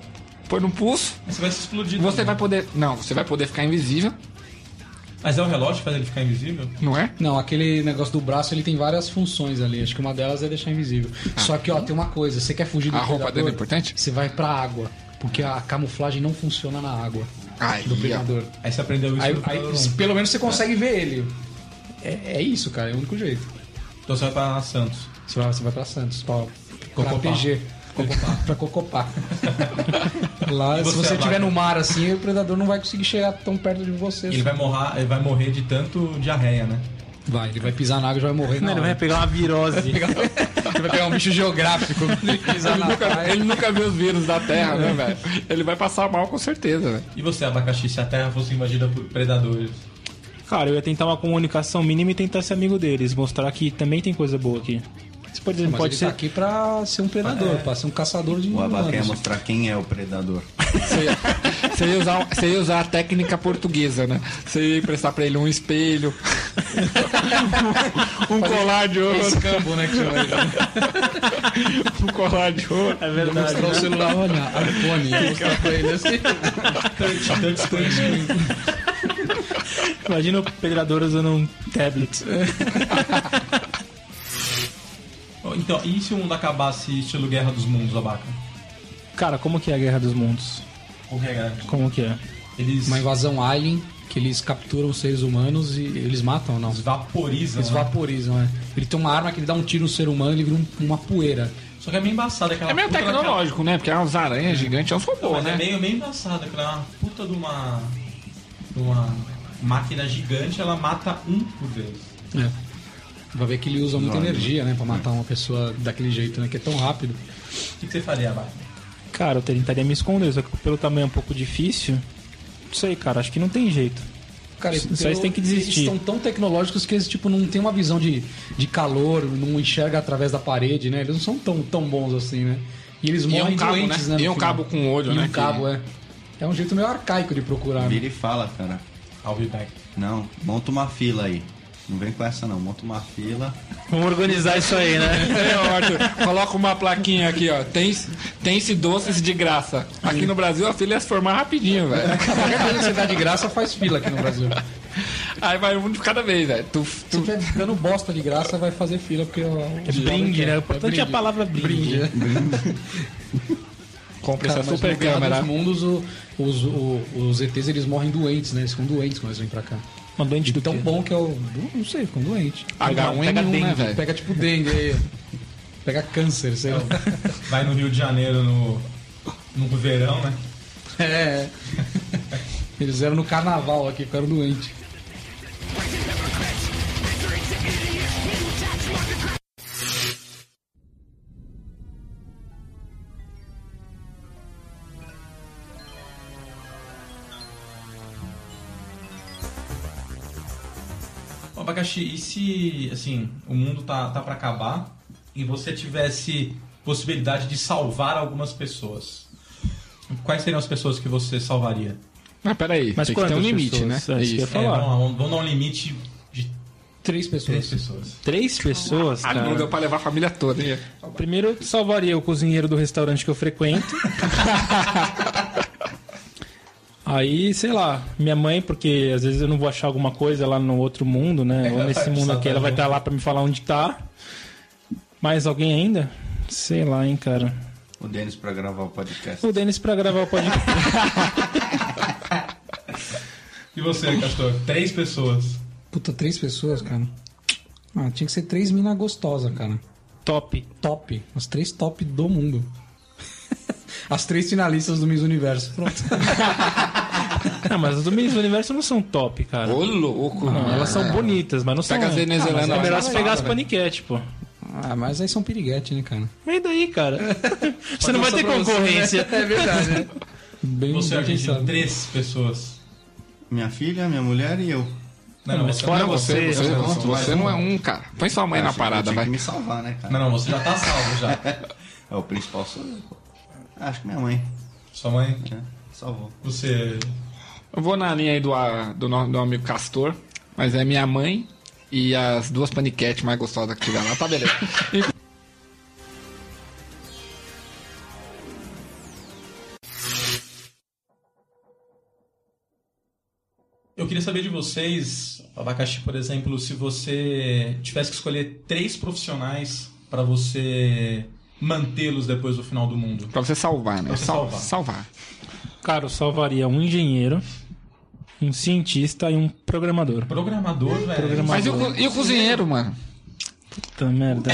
Speaker 3: Põe no pulso,
Speaker 2: Você vai se explodir.
Speaker 3: você
Speaker 2: também.
Speaker 3: vai poder. Não, você vai poder ficar invisível,
Speaker 2: Mas é o relógio que faz ele ficar invisível?
Speaker 3: não é?
Speaker 5: Não, aquele negócio do braço, ele tem várias funções ali. Acho que uma delas é deixar invisível. Só que, ó, tem uma coisa. Você quer fugir do
Speaker 3: Ah. A roupa
Speaker 5: predador,
Speaker 3: dele é importante?
Speaker 5: Você vai pra água. Porque a camuflagem não funciona na água
Speaker 3: Ai,
Speaker 5: do predador.
Speaker 2: Aí você aprendeu isso
Speaker 5: Aí,
Speaker 2: no
Speaker 5: aí,
Speaker 2: Predador
Speaker 5: se-
Speaker 2: 1.
Speaker 5: pelo menos você consegue ver ele. É, é isso, cara. É o único jeito.
Speaker 2: Então você vai pra Santos.
Speaker 5: Você vai, você vai pra Santos, pra, pra
Speaker 2: Cocopá.
Speaker 5: PG. pra Cocopá. Lá,
Speaker 2: E
Speaker 5: se
Speaker 2: você
Speaker 5: você
Speaker 2: é
Speaker 5: estiver
Speaker 2: vaca?
Speaker 5: no mar assim, o predador não vai conseguir chegar tão perto de você. assim.
Speaker 2: Ele vai, morrar, ele vai morrer de tanto diarreia, né?
Speaker 5: Vai, ele vai pisar na água e já vai morrer.
Speaker 4: Não,
Speaker 5: na
Speaker 4: ele vai
Speaker 5: hora.
Speaker 4: É, pegar uma virose.
Speaker 5: Ele vai pegar um bicho geográfico. Ele pisar
Speaker 3: Ele
Speaker 5: na
Speaker 3: nunca,
Speaker 5: praia.
Speaker 3: ele nunca viu os vírus da Terra, né, velho? Ele vai passar mal com certeza, velho.
Speaker 2: E você, abacaxi, se a Terra fosse invadida por predadores?
Speaker 4: Cara, eu ia tentar uma comunicação mínima e tentar ser amigo deles, mostrar que também tem coisa boa aqui. Você pode,
Speaker 5: Mas
Speaker 4: pode
Speaker 5: ele tá
Speaker 4: ser.
Speaker 5: aqui pra ser um predador, pra ser um caçador de
Speaker 6: O Abaca ia
Speaker 5: humanos.
Speaker 6: mostrar quem é o Predador.
Speaker 3: Você ia, você ia usar, um, você ia usar a técnica portuguesa, né? Você ia emprestar pra ele um espelho, um, um colar de ouro,
Speaker 5: Escambo, né? Que chama ele.
Speaker 3: um colar de ouro. É,
Speaker 4: É
Speaker 5: Mostrar o celular, olha, iPhone. Mostrar pra ele assim.
Speaker 4: Imagina o pedrador usando um tablet.
Speaker 2: Então, e se o mundo acabasse estilo Guerra dos Mundos, abaca?
Speaker 4: Cara, como que é a Guerra dos Mundos?
Speaker 2: Como que é, Guerra dos Mundos?
Speaker 4: Como que é?
Speaker 2: Eles
Speaker 5: Uma invasão alien, que eles capturam seres humanos e eles matam ou não?
Speaker 2: vaporizam.
Speaker 5: Eles
Speaker 2: né?
Speaker 5: vaporizam, é. Ele tem uma arma que ele dá um tiro no ser humano e ele vira um- uma poeira.
Speaker 2: Só que é meio embaçado aquela
Speaker 3: É meio
Speaker 2: puta
Speaker 3: tecnológico, né? Porque é umas aranhas gigantes, é uns
Speaker 2: Daquela... Não,
Speaker 3: robôs,
Speaker 2: mas é
Speaker 3: né?
Speaker 2: meio, meio embaçado aquela é puta de uma. de uma máquina gigante, ela mata um por vez.
Speaker 5: É. Vai ver que ele usa muita energia, né? Pra matar uma pessoa daquele jeito, né? Que é tão rápido.
Speaker 2: O que, que você faria, abaca?
Speaker 4: Cara, eu tentaria me esconder, só que pelo tamanho é um pouco difícil. Não sei, cara, acho que não tem jeito.
Speaker 5: Cara,
Speaker 4: Isso
Speaker 5: pelo-
Speaker 4: aí você tem que desistir.
Speaker 5: Eles são tão tecnológicos que eles, tipo, não tem uma visão de, de calor, não enxerga através da parede, né? Eles não são tão, tão bons assim, né? E eles
Speaker 3: E é
Speaker 5: morrem
Speaker 3: um cabo,
Speaker 5: doentes,
Speaker 3: né?
Speaker 5: né? no
Speaker 3: E um
Speaker 5: final.
Speaker 3: cabo com olho,
Speaker 5: e
Speaker 3: né?
Speaker 5: um cabo, é. É um jeito meio arcaico de procurar, né?
Speaker 6: Vira e fala, cara.
Speaker 2: I'll be back.
Speaker 6: Não, monta uma fila aí. Não vem com essa não, monta uma fila.
Speaker 4: Vamos organizar isso aí, né?
Speaker 3: É, ó, Arthur, coloca uma plaquinha aqui, ó. Tem, tem-se doces de graça. Aqui no Brasil a filha ia se formar rapidinho, velho.
Speaker 5: Qualquer coisa que você dá de graça faz fila aqui no Brasil.
Speaker 3: Aí vai um de cada vez, velho. Tu,
Speaker 5: Se
Speaker 3: tu...
Speaker 5: tiver dando bosta de graça, vai fazer fila, porque... ó,
Speaker 4: É brinde, né? O importante é a
Speaker 5: brinde.
Speaker 4: palavra brinde.
Speaker 5: Brinde, né?
Speaker 3: compra
Speaker 5: Cara,
Speaker 3: essa
Speaker 5: mas no
Speaker 3: super
Speaker 5: Guerra
Speaker 3: câmera.
Speaker 5: dos mundos, o- os, o- os ETs, eles morrem doentes, né? Eles ficam doentes quando eles vêm pra cá.
Speaker 4: Uma doente do
Speaker 5: De tão
Speaker 4: quê?
Speaker 5: bom que é o... Não sei, ficam doentes. um
Speaker 4: Pega
Speaker 3: H1N1, né,
Speaker 4: dengue,
Speaker 3: velho?
Speaker 5: Pega tipo dengue aí. Pega câncer, sei lá.
Speaker 2: Vai no Rio de Janeiro no. no verão, né?
Speaker 5: É. Eles eram no carnaval aqui, ficaram doentes.
Speaker 2: Ô, Abacaxi, e se, assim, o mundo tá, tá para acabar e você tivesse possibilidade de salvar algumas pessoas? Quais seriam as pessoas que você salvaria?
Speaker 3: Mas peraí,
Speaker 4: Mas
Speaker 3: tem que ter um
Speaker 4: quantas
Speaker 3: limite,
Speaker 4: pessoas?
Speaker 3: né?
Speaker 4: É isso que eu
Speaker 3: Isso.
Speaker 4: ia
Speaker 2: É,
Speaker 4: falar.
Speaker 2: vamos, vamos dar um limite de
Speaker 5: Três
Speaker 2: três
Speaker 5: pessoas.
Speaker 2: pessoas.
Speaker 4: é Três pessoas,
Speaker 3: Ah,
Speaker 4: cara.
Speaker 3: não deu pra levar a família toda, hein?
Speaker 4: Primeiro eu salvaria o cozinheiro do restaurante que eu frequento. Aí, sei lá, minha mãe, porque às vezes eu não vou achar alguma coisa lá no outro mundo, né? Ou nesse mundo aqui, ela vai estar lá pra me falar onde tá. Mais alguém ainda? Sei lá, hein, cara.
Speaker 6: O Denis pra gravar o podcast.
Speaker 4: O Denis pra gravar o podcast.
Speaker 2: E você, Castor? Três pessoas.
Speaker 5: Puta, três pessoas, cara. Ah, tinha que ser três mina gostosa, cara.
Speaker 4: Top.
Speaker 5: Top. As três top do mundo. As três finalistas do Miss Universo. Pronto.
Speaker 4: Não, mas as do Miss Universo não são top, cara.
Speaker 3: Ô, louco.
Speaker 4: Não, elas são bonitas, mas não são.
Speaker 3: Pega as
Speaker 4: É
Speaker 3: venezuelanas.
Speaker 4: melhor se pegar as paniquete, pô.
Speaker 5: Ah, mas aí são piriguete, né, cara?
Speaker 4: Vem daí, cara. Você não vai ter concorrência.
Speaker 5: É verdade, né? Bem,
Speaker 2: Você,
Speaker 5: bem
Speaker 2: Argentino,
Speaker 5: pensado.
Speaker 2: três pessoas.
Speaker 6: Minha filha, minha mulher e eu.
Speaker 2: Não,
Speaker 4: mas fora
Speaker 2: não,
Speaker 4: você,
Speaker 3: Você,
Speaker 2: não,
Speaker 3: você
Speaker 2: mais um.
Speaker 3: não é um, cara. Põe sua mãe
Speaker 6: Eu
Speaker 3: na
Speaker 6: achei que eu
Speaker 3: parada,
Speaker 6: tinha
Speaker 3: vai.
Speaker 6: que me salvar, né, cara?
Speaker 2: Não, não, você já tá salvo já.
Speaker 6: É, o principal sou eu, pô. Acho que minha mãe,
Speaker 2: Sua mãe,
Speaker 6: né? Salvou.
Speaker 2: você.
Speaker 3: Eu vou na linha aí do, ah, do, no- do amigo Castor, mas é minha mãe e as duas paniquetes mais gostosas que tiver lá, tá beleza.
Speaker 2: Eu queria saber de vocês, Abacaxi, por exemplo, se você tivesse que escolher três profissionais pra você mantê-los depois do final do mundo.
Speaker 3: pra você salvar, né?
Speaker 2: Pra você
Speaker 3: Sal-
Speaker 2: salvar.
Speaker 3: salvar.
Speaker 4: Cara, eu salvaria um engenheiro, um cientista e um programador.
Speaker 2: Programador, velho.
Speaker 3: Mas e o, co- e o cozinheiro, mano?
Speaker 4: Puta merda.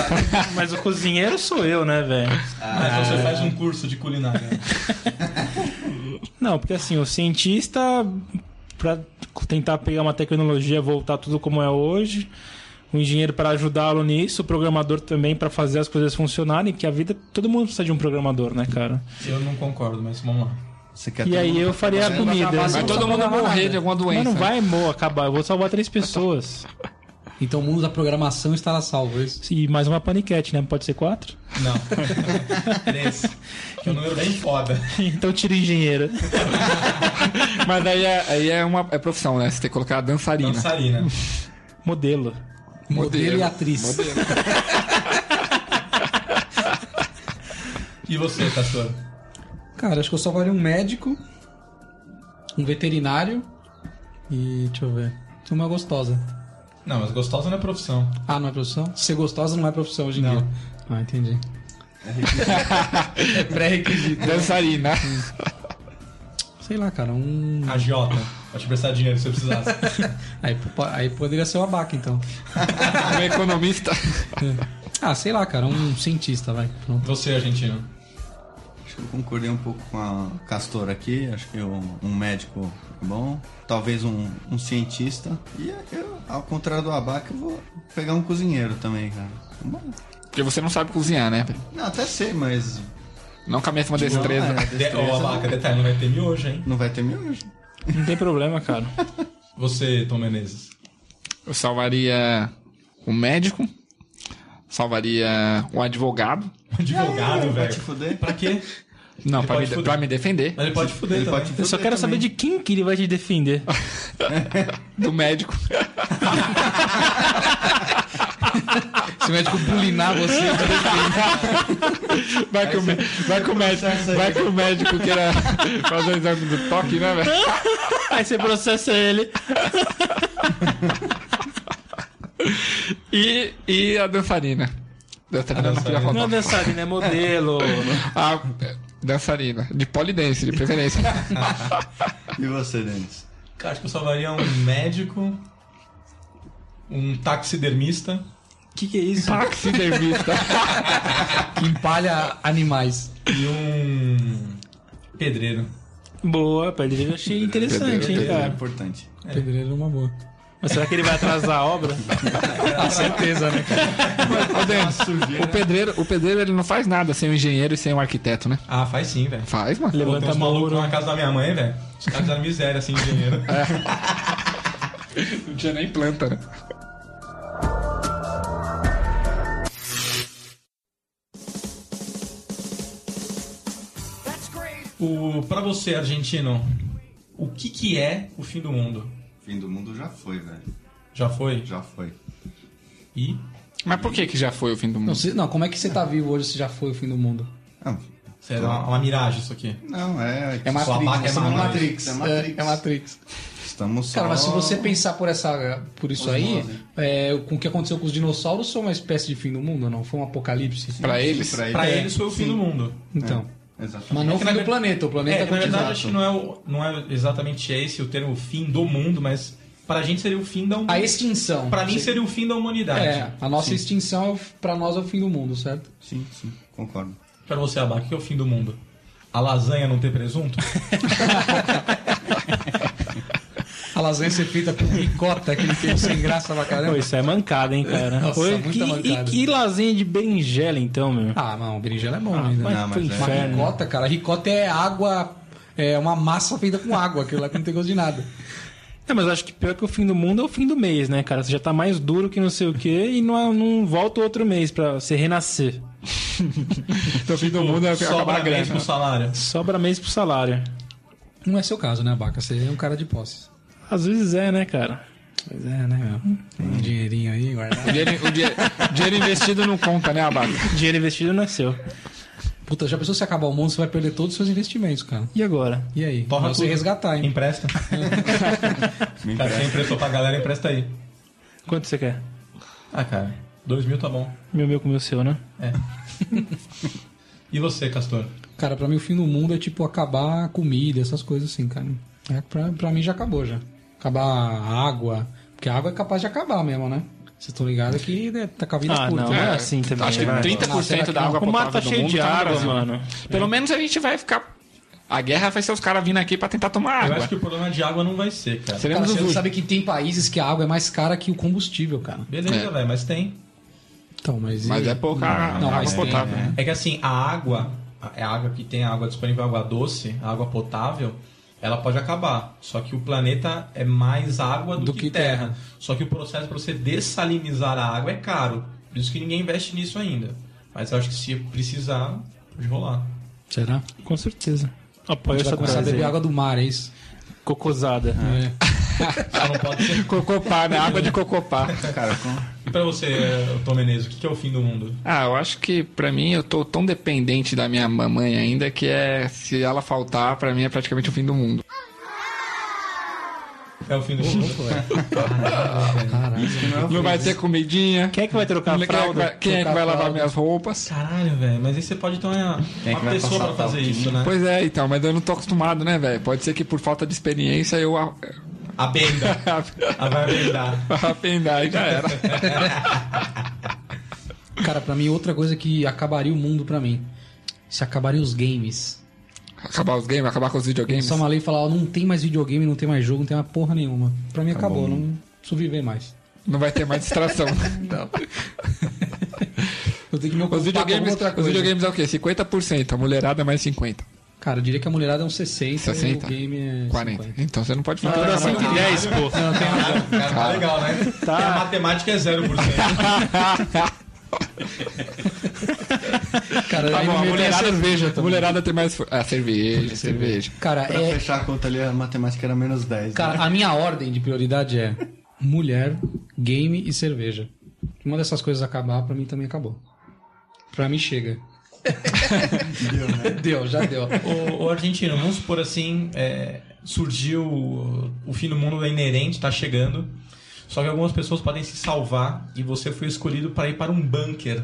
Speaker 4: Mas o cozinheiro sou eu, né, velho?
Speaker 2: Mas você faz um curso de culinária.
Speaker 4: Não, porque assim, o cientista, pra tentar pegar uma tecnologia, voltar tudo como é hoje, o engenheiro para ajudá-lo nisso, o programador também para fazer as coisas funcionarem, porque a vida, todo mundo precisa de um programador, né, cara?
Speaker 2: Eu não concordo, mas vamos lá.
Speaker 6: Você quer
Speaker 4: E
Speaker 6: É, todo
Speaker 4: aí
Speaker 6: mundo
Speaker 4: eu faria a
Speaker 6: trabalhando?
Speaker 4: comida.
Speaker 5: acabar
Speaker 3: Vai
Speaker 5: Não
Speaker 3: todo
Speaker 5: salva
Speaker 3: mundo
Speaker 5: nada.
Speaker 3: morrer de alguma doença.
Speaker 4: Mas não vai mo, acabar, eu vou salvar três pessoas.
Speaker 5: Então o mundo da programação estará salvo, é isso?
Speaker 4: E mais uma paniquete, né? Pode ser quatro?
Speaker 2: Não. três. Que é um número bem foda.
Speaker 4: Então tira o engenheiro.
Speaker 3: Mas daí é, aí é uma é profissão, né? Você tem que colocar a dançarina.
Speaker 2: Dançarina.
Speaker 4: Modelo.
Speaker 5: Modelo, e atriz.
Speaker 3: Modelo.
Speaker 2: E você, Castor?
Speaker 5: Cara, acho que eu salvaria um médico, um veterinário e. deixa eu ver. Uma gostosa.
Speaker 2: Não, mas gostosa não é profissão.
Speaker 5: Ah, não é profissão? Ser gostosa não é profissão hoje em dia. Ah, entendi. É pré-requisito.
Speaker 3: Dançarina.
Speaker 5: Sei lá, cara, um.
Speaker 2: Agiota. Pode prestar dinheiro se eu precisasse.
Speaker 5: Aí, po- aí poderia ser o abaca, então.
Speaker 3: Um economista.
Speaker 5: Ah, sei lá, cara, um cientista, vai. Pronto.
Speaker 2: Você, argentino.
Speaker 6: Acho que eu concordei um pouco com a Castor aqui. Acho que um, um médico é bom. Talvez um, um cientista. E eu, ao contrário do Abaca, eu vou pegar um cozinheiro também, cara. Bom,
Speaker 3: Porque você não sabe cozinhar, né? velho?
Speaker 6: Não, até sei, mas.
Speaker 3: Não com a mesma
Speaker 6: não,
Speaker 3: destreza.
Speaker 6: é,
Speaker 2: De...
Speaker 6: destreza
Speaker 2: Ô, abaca, detalhe, não vai ter miojo, hein?
Speaker 6: Não vai ter né? miojo.
Speaker 4: Não tem problema, cara.
Speaker 2: Você, Tom Menezes.
Speaker 3: Eu salvaria o médico. Salvaria o advogado.
Speaker 2: Um Advogado,
Speaker 6: Vai te
Speaker 2: velho.
Speaker 6: fuder.
Speaker 2: Pra quê?
Speaker 3: Não,
Speaker 2: Ele
Speaker 3: pra me,
Speaker 2: pode fuder.
Speaker 3: pra me defender.
Speaker 2: Mas ele pode fuder
Speaker 6: Ele
Speaker 2: também.
Speaker 6: pode te
Speaker 4: Eu
Speaker 6: fuder
Speaker 4: só quero saber
Speaker 6: também.
Speaker 4: de quem que ele vai te defender.
Speaker 3: Do médico.
Speaker 5: Se o médico bulinar você,
Speaker 3: Vai que, o, mé- vai, que o médico, vai que o médico queira fazer o exame do toque, né, velho?
Speaker 4: Aí você processa ele.
Speaker 3: E, e a dançarina. Dançarina não podia
Speaker 4: Não é
Speaker 3: faltar.
Speaker 4: dançarina, é modelo.
Speaker 3: A é, dançarina. De polidense, de preferência.
Speaker 6: E você, Denis?
Speaker 2: Cara, acho que eu salvaria um médico, um taxidermista.
Speaker 4: Que que é isso?
Speaker 3: Taxidermista.
Speaker 5: que empalha animais.
Speaker 2: E um pedreiro.
Speaker 4: Boa, pedreiro eu achei interessante, hein,
Speaker 6: É
Speaker 4: cara.
Speaker 6: importante.
Speaker 5: Pedreiro é uma boa.
Speaker 4: Mas será que ele vai atrasar a obra?
Speaker 5: Com certeza, né? cara?
Speaker 3: Ô, Denis, o pedreiro, o pedreiro ele não faz nada sem o engenheiro e sem o arquiteto, né?
Speaker 2: Ah, faz sim, velho.
Speaker 3: Faz, mano.
Speaker 2: Pô, tem
Speaker 4: Levanta a
Speaker 2: uns
Speaker 4: mão.
Speaker 2: malucos na casa da minha mãe, velho. Os caras fizeram miséria, assim, engenheiro.
Speaker 3: Não tinha nem planta, né?
Speaker 2: O, pra você, argentino, o que que é o fim do mundo?
Speaker 6: Fim do mundo já foi, velho.
Speaker 2: Já foi?
Speaker 6: Já foi.
Speaker 2: E?
Speaker 3: Mas por que que já foi o fim do
Speaker 5: Não,
Speaker 3: mundo?
Speaker 5: se- não, como é que você tá vivo hoje se já foi o fim do mundo?
Speaker 6: Ah,
Speaker 2: Sério, é uma, uma miragem isso aqui.
Speaker 6: Não, é.
Speaker 5: É
Speaker 2: Sua
Speaker 5: Matrix.
Speaker 2: vaca é
Speaker 5: estamos no
Speaker 2: Matrix.
Speaker 5: É
Speaker 6: É
Speaker 5: Matrix.
Speaker 6: Matrix.
Speaker 5: É Matrix.
Speaker 6: Estamos só...
Speaker 5: Cara, mas se você pensar por, essa, por isso aí,
Speaker 6: Osmose.
Speaker 5: é, com o que aconteceu com os dinossauros, foi uma espécie de fim do mundo ou não? Foi um apocalipse?
Speaker 3: Pra eles.
Speaker 6: Pra ele,
Speaker 2: Pra eles foi o fim do mundo.
Speaker 5: Então.
Speaker 6: Exatamente.
Speaker 5: Mas não
Speaker 2: É que
Speaker 5: o fim
Speaker 2: na
Speaker 5: do
Speaker 2: ver-
Speaker 5: planeta. O planeta
Speaker 2: É, na
Speaker 5: continua.
Speaker 2: verdade, acho que não é, o- não é exatamente esse o termo fim do mundo, mas pra gente seria o fim da
Speaker 5: A
Speaker 2: humanidade.
Speaker 5: extinção.
Speaker 2: Pra mim
Speaker 5: Você-
Speaker 2: seria o fim da humanidade.
Speaker 5: É, a nossa extinção, é o- pra nós, é o fim do mundo, certo?
Speaker 6: Sim, sim, concordo.
Speaker 2: Pra você, Abac, o que é o fim do mundo? A lasanha não ter presunto?
Speaker 5: A lasanha ser feita com ricota, aquele queijo sem graça pra
Speaker 4: Pô,
Speaker 5: caramba.
Speaker 4: isso é mancada, hein, cara?
Speaker 5: Nossa,
Speaker 4: Oi,
Speaker 5: muita
Speaker 4: que, e
Speaker 5: mancada.
Speaker 4: que lasanha de berinjela, então, meu?
Speaker 5: Ah, não, berinjela é bom,
Speaker 4: Ah,
Speaker 5: né?
Speaker 4: vai
Speaker 6: não,
Speaker 4: pro
Speaker 6: mas é-
Speaker 5: Uma
Speaker 4: inferno.
Speaker 5: ricota, cara. Ricota é água, é uma massa feita com água, aquilo lá que não tem gosto de nada.
Speaker 4: É, mas acho que pior que o fim do mundo é o fim do mês, né, cara? Você já tá mais duro que não sei o quê e não, não volta outro mês pra você renascer.
Speaker 3: Então, o fim do mundo é acabar a
Speaker 2: Sobra mês
Speaker 3: grana.
Speaker 2: pro salário.
Speaker 4: Sobra mês pro salário.
Speaker 5: Não é seu caso, né, Abaca? Você é um cara de posses.
Speaker 4: Às vezes é, né, cara?
Speaker 5: Pois é, né, meu? Tem
Speaker 2: Hum.
Speaker 5: um dinheirinho aí
Speaker 3: O
Speaker 5: guardado.
Speaker 3: dinheiro, o dinheiro- o dinheiro investido não conta, né, Abaca?
Speaker 4: Dinheiro investido não é seu.
Speaker 5: Puta, já pensou se acabar o mundo, você vai perder todos os seus investimentos, cara.
Speaker 4: E agora?
Speaker 5: E aí?
Speaker 2: Torra
Speaker 5: Pra você
Speaker 2: tudo.
Speaker 5: resgatar, hein?
Speaker 2: Empresta.
Speaker 6: Me
Speaker 2: Cara, você
Speaker 6: empresta.
Speaker 2: emprestou pra galera, empresta aí.
Speaker 4: Quanto você quer?
Speaker 2: Ah, cara, dois mil tá bom.
Speaker 4: Meu, meu com meu seu, né?
Speaker 2: E você, Castor?
Speaker 5: Cara, pra mim o fim do mundo é tipo acabar a comida, essas coisas assim, cara. É, pra, pra mim já acabou já. Acabar a água. Porque a água é capaz de acabar mesmo, né? Vocês estão ligados que né, tá com a vida
Speaker 4: Ah,
Speaker 5: curta.
Speaker 4: não,
Speaker 5: né?
Speaker 4: é assim também.
Speaker 3: Acho que
Speaker 4: vai.
Speaker 3: 30% da água
Speaker 4: O mar tá
Speaker 3: potável do
Speaker 4: cheio
Speaker 3: mundo
Speaker 4: de
Speaker 3: tá no
Speaker 4: água,
Speaker 3: Brasil.
Speaker 4: mano.
Speaker 3: Pelo menos a gente vai ficar. A guerra vai ser os caras vindo aqui pra tentar tomar
Speaker 2: Eu acho
Speaker 3: água.
Speaker 2: que o problema de água não vai ser, cara.
Speaker 5: Cara,
Speaker 3: Seremos
Speaker 5: você
Speaker 3: os
Speaker 5: sabe que tem países que a água é mais cara que o combustível, cara.
Speaker 2: Beleza, velho, mas tem.
Speaker 5: Então, mas.
Speaker 3: Mas
Speaker 5: e-
Speaker 3: é pouca
Speaker 5: não,
Speaker 3: água
Speaker 5: mas tem,
Speaker 3: potável. né?
Speaker 2: É que assim, a água, a- é a água que tem a água disponível, a água doce, a água potável, ela pode acabar. Só que o planeta é mais água do,
Speaker 5: Do
Speaker 2: que,
Speaker 5: que
Speaker 2: terra. Só que o processo para você dessalinizar a água é caro. Por isso que ninguém investe nisso ainda. Mas eu acho que se precisar, pode rolar.
Speaker 5: Será?
Speaker 4: Com certeza.
Speaker 5: A
Speaker 4: Apoio
Speaker 5: gente
Speaker 4: essa
Speaker 5: vai começar a
Speaker 4: frase
Speaker 5: beber
Speaker 4: aí.
Speaker 5: água do mar, é isso?
Speaker 4: Cocosada.
Speaker 2: Só não pode ser.
Speaker 3: Cocopá, né? Água de cocopá.
Speaker 6: Cara, com-
Speaker 2: E pra você, eh, Tom Menezes, o que que é o fim do mundo?
Speaker 3: Ah, eu acho que pra mim eu tô tão dependente da minha mamãe ainda que é se ela faltar, pra mim é praticamente o fim do mundo.
Speaker 2: É o fim do mundo?
Speaker 5: Caralho.
Speaker 3: Não vai ter comidinha.
Speaker 4: Quem é que vai trocar a
Speaker 3: Quem é que vai-
Speaker 4: fralda?
Speaker 3: quem é que
Speaker 5: trocar
Speaker 3: vai lavar
Speaker 5: fralda?
Speaker 3: minhas roupas?
Speaker 2: Caralho, velho, mas aí você pode ter uma,
Speaker 6: Quem é que
Speaker 2: uma
Speaker 6: vai
Speaker 2: pessoa
Speaker 6: passar
Speaker 2: pra fazer
Speaker 6: talquinho?
Speaker 2: isso, né?
Speaker 3: Pois é, então, mas eu não tô acostumado, né, velho? Pode ser que por falta de experiência eu a-
Speaker 2: A benda. Ela vai bendar.
Speaker 3: apendar e já era.
Speaker 5: Cara, pra mim, outra coisa que acabaria o mundo pra mim. Se acabarem os games.
Speaker 3: Acabar os games, acabar com os videogames.
Speaker 5: Só uma lei e falar, ó, não tem mais videogame, não tem mais jogo, não tem mais porra nenhuma. Pra mim acabou,
Speaker 6: Acabou.
Speaker 5: não preciso viver mais.
Speaker 3: Não vai ter mais distração. tá
Speaker 5: Eu tenho que me ocupar
Speaker 3: Os videogames,
Speaker 5: com outra
Speaker 3: os
Speaker 5: coisa.
Speaker 3: videogames é o quê? 50%, a mulherada é mais 50%,
Speaker 5: Cara, eu diria que a mulherada é uns 60,
Speaker 3: 60,
Speaker 5: e o game é
Speaker 3: 40%.
Speaker 5: 50.
Speaker 3: Então você não pode ficar.
Speaker 4: Então dá 110, pô.
Speaker 2: Caralho, cara, tá legal, né? E a matemática é 0%.
Speaker 5: Cara,
Speaker 3: Tá
Speaker 5: aí
Speaker 3: bom,
Speaker 5: no
Speaker 3: a
Speaker 5: meio tem a é
Speaker 3: mulherada,
Speaker 5: cerveja também.
Speaker 3: mulherada tem mais. Ah, cerveja, cerveja.
Speaker 5: Cara,
Speaker 6: pra
Speaker 5: é,
Speaker 6: fechar a conta ali, a matemática era menos né? 10.
Speaker 5: cara, a minha ordem de prioridade é mulher, game e cerveja. Uma dessas coisas acabar, pra mim também acabou. Pra mim chega.
Speaker 6: Deu, né?
Speaker 5: Deu, já deu.
Speaker 2: o, o argentino, vamos supor assim, é, surgiu o- o fim do mundo é inerente, tá chegando. Só que algumas pessoas podem se salvar e você foi escolhido para ir para um bunker.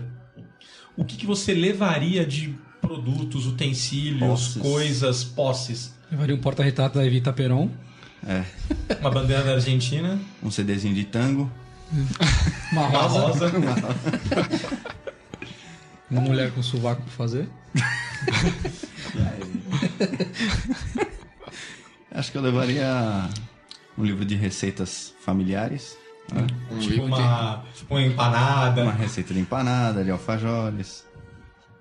Speaker 2: O que, que você levaria de produtos, utensílios,
Speaker 6: Posses.
Speaker 2: coisas, posses?
Speaker 5: Levaria um porta-retrato da Evita Peron.
Speaker 2: Uma bandeira da Argentina,
Speaker 6: Um CDzinho de tango.
Speaker 5: Uma
Speaker 2: uma
Speaker 5: rosa.
Speaker 2: rosa,
Speaker 5: Uma mulher com sovaco pra fazer.
Speaker 6: Acho que eu levaria um livro de receitas familiares.
Speaker 3: Um
Speaker 2: tipo
Speaker 3: livro de-
Speaker 2: uma, tipo uma
Speaker 6: Uma
Speaker 2: empanada.
Speaker 6: receita de empanada, de alfajores.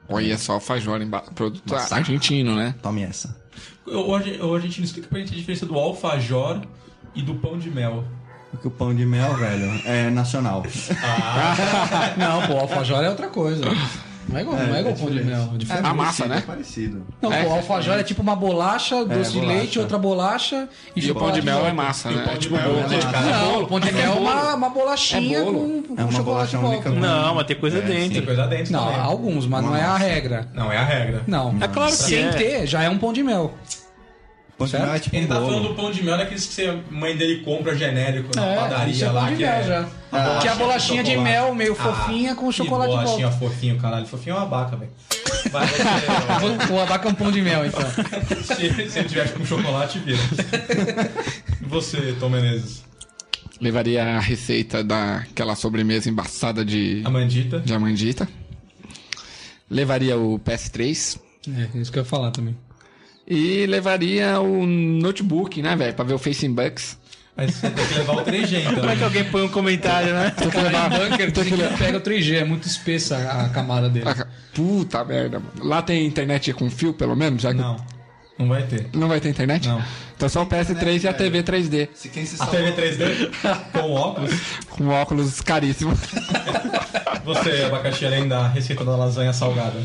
Speaker 3: Olha só, alfajor, emba- produto
Speaker 6: Nossa.
Speaker 3: argentino, né?
Speaker 6: Tome essa.
Speaker 2: O, o arge- o argentino, explica pra gente a diferença do alfajor e do pão de mel.
Speaker 6: Porque o pão de mel, velho, é nacional.
Speaker 2: Ah,
Speaker 5: Não, pô, alfajor é outra coisa. Não é igual, não é igual pão de mel. de fato.
Speaker 3: A massa, né?
Speaker 6: É parecido.
Speaker 5: Não,
Speaker 3: É.
Speaker 5: o alfajor é tipo uma bolacha, doce de
Speaker 6: bolacha.
Speaker 5: leite, outra bolacha e,
Speaker 3: E o pão de
Speaker 5: chocolate
Speaker 3: mel é
Speaker 5: volta.
Speaker 3: massa, né? É tipo
Speaker 2: mel é
Speaker 3: bolo.
Speaker 2: massa.
Speaker 5: Não, o pão de mel é uma, uma bolachinha
Speaker 3: É
Speaker 5: com,
Speaker 3: bolo.
Speaker 5: com
Speaker 6: É uma
Speaker 5: chocolate
Speaker 6: bolacha
Speaker 5: em volta.
Speaker 6: única.
Speaker 4: Não, mas tem coisa dentro.
Speaker 2: Tem coisa dentro
Speaker 5: Não,
Speaker 2: também.
Speaker 5: alguns, mas não é a
Speaker 6: Nossa.
Speaker 5: regra.
Speaker 2: Não, é a regra.
Speaker 5: Não.
Speaker 4: É claro que
Speaker 5: Sem
Speaker 4: é.
Speaker 5: ter, já é um pão de mel.
Speaker 6: Pão de
Speaker 5: Certo?
Speaker 6: mel é tipo um
Speaker 2: Ele tá falando
Speaker 6: bolo.
Speaker 2: do pão de mel, daqueles que você, a mãe dele compra genérico na
Speaker 5: é, isso
Speaker 2: padaria
Speaker 5: é
Speaker 2: lá.
Speaker 5: pão de
Speaker 2: que
Speaker 5: mel
Speaker 2: é...
Speaker 5: já. que é a bolachinha de
Speaker 2: chocolate.
Speaker 5: mel, meio
Speaker 2: Ah,
Speaker 5: fofinha, com
Speaker 2: que
Speaker 5: chocolate em
Speaker 2: bolachinha
Speaker 5: volta.
Speaker 2: fofinho, caralho. Fofinho é uma abaca, velho. Vai, vai
Speaker 5: O abaca é um pão de mel, então.
Speaker 2: ser- se, se ele tivesse com chocolate, vira. E você, Tom Menezes?
Speaker 3: Levaria a receita daquela sobremesa embaçada de,
Speaker 2: A mandita?
Speaker 3: de amandita. Levaria o PS3.
Speaker 5: É, isso que eu ia falar também.
Speaker 3: E levaria o notebook, né, velho? Pra ver o Facebooks.
Speaker 2: Mas você tem que levar o 3G, então.
Speaker 4: Como é que alguém põe um comentário, né?
Speaker 3: Tem que levar...
Speaker 5: Bunker,
Speaker 3: tem que
Speaker 2: né?
Speaker 3: levar...
Speaker 5: pega o 3G, é muito espessa a, a camada dele.
Speaker 3: Ah, Puta merda, mano. Lá tem internet com fio, pelo menos? Já que não.
Speaker 2: Não, não vai ter.
Speaker 3: vai ter internet?
Speaker 2: Não.
Speaker 3: Então só o PS3 e a TV 3D.
Speaker 6: Se quem se
Speaker 2: A
Speaker 6: salvou...
Speaker 2: TV 3D com óculos.
Speaker 3: Com óculos caríssimos.
Speaker 2: Você, abacaxi, além da receita da lasanha salgada.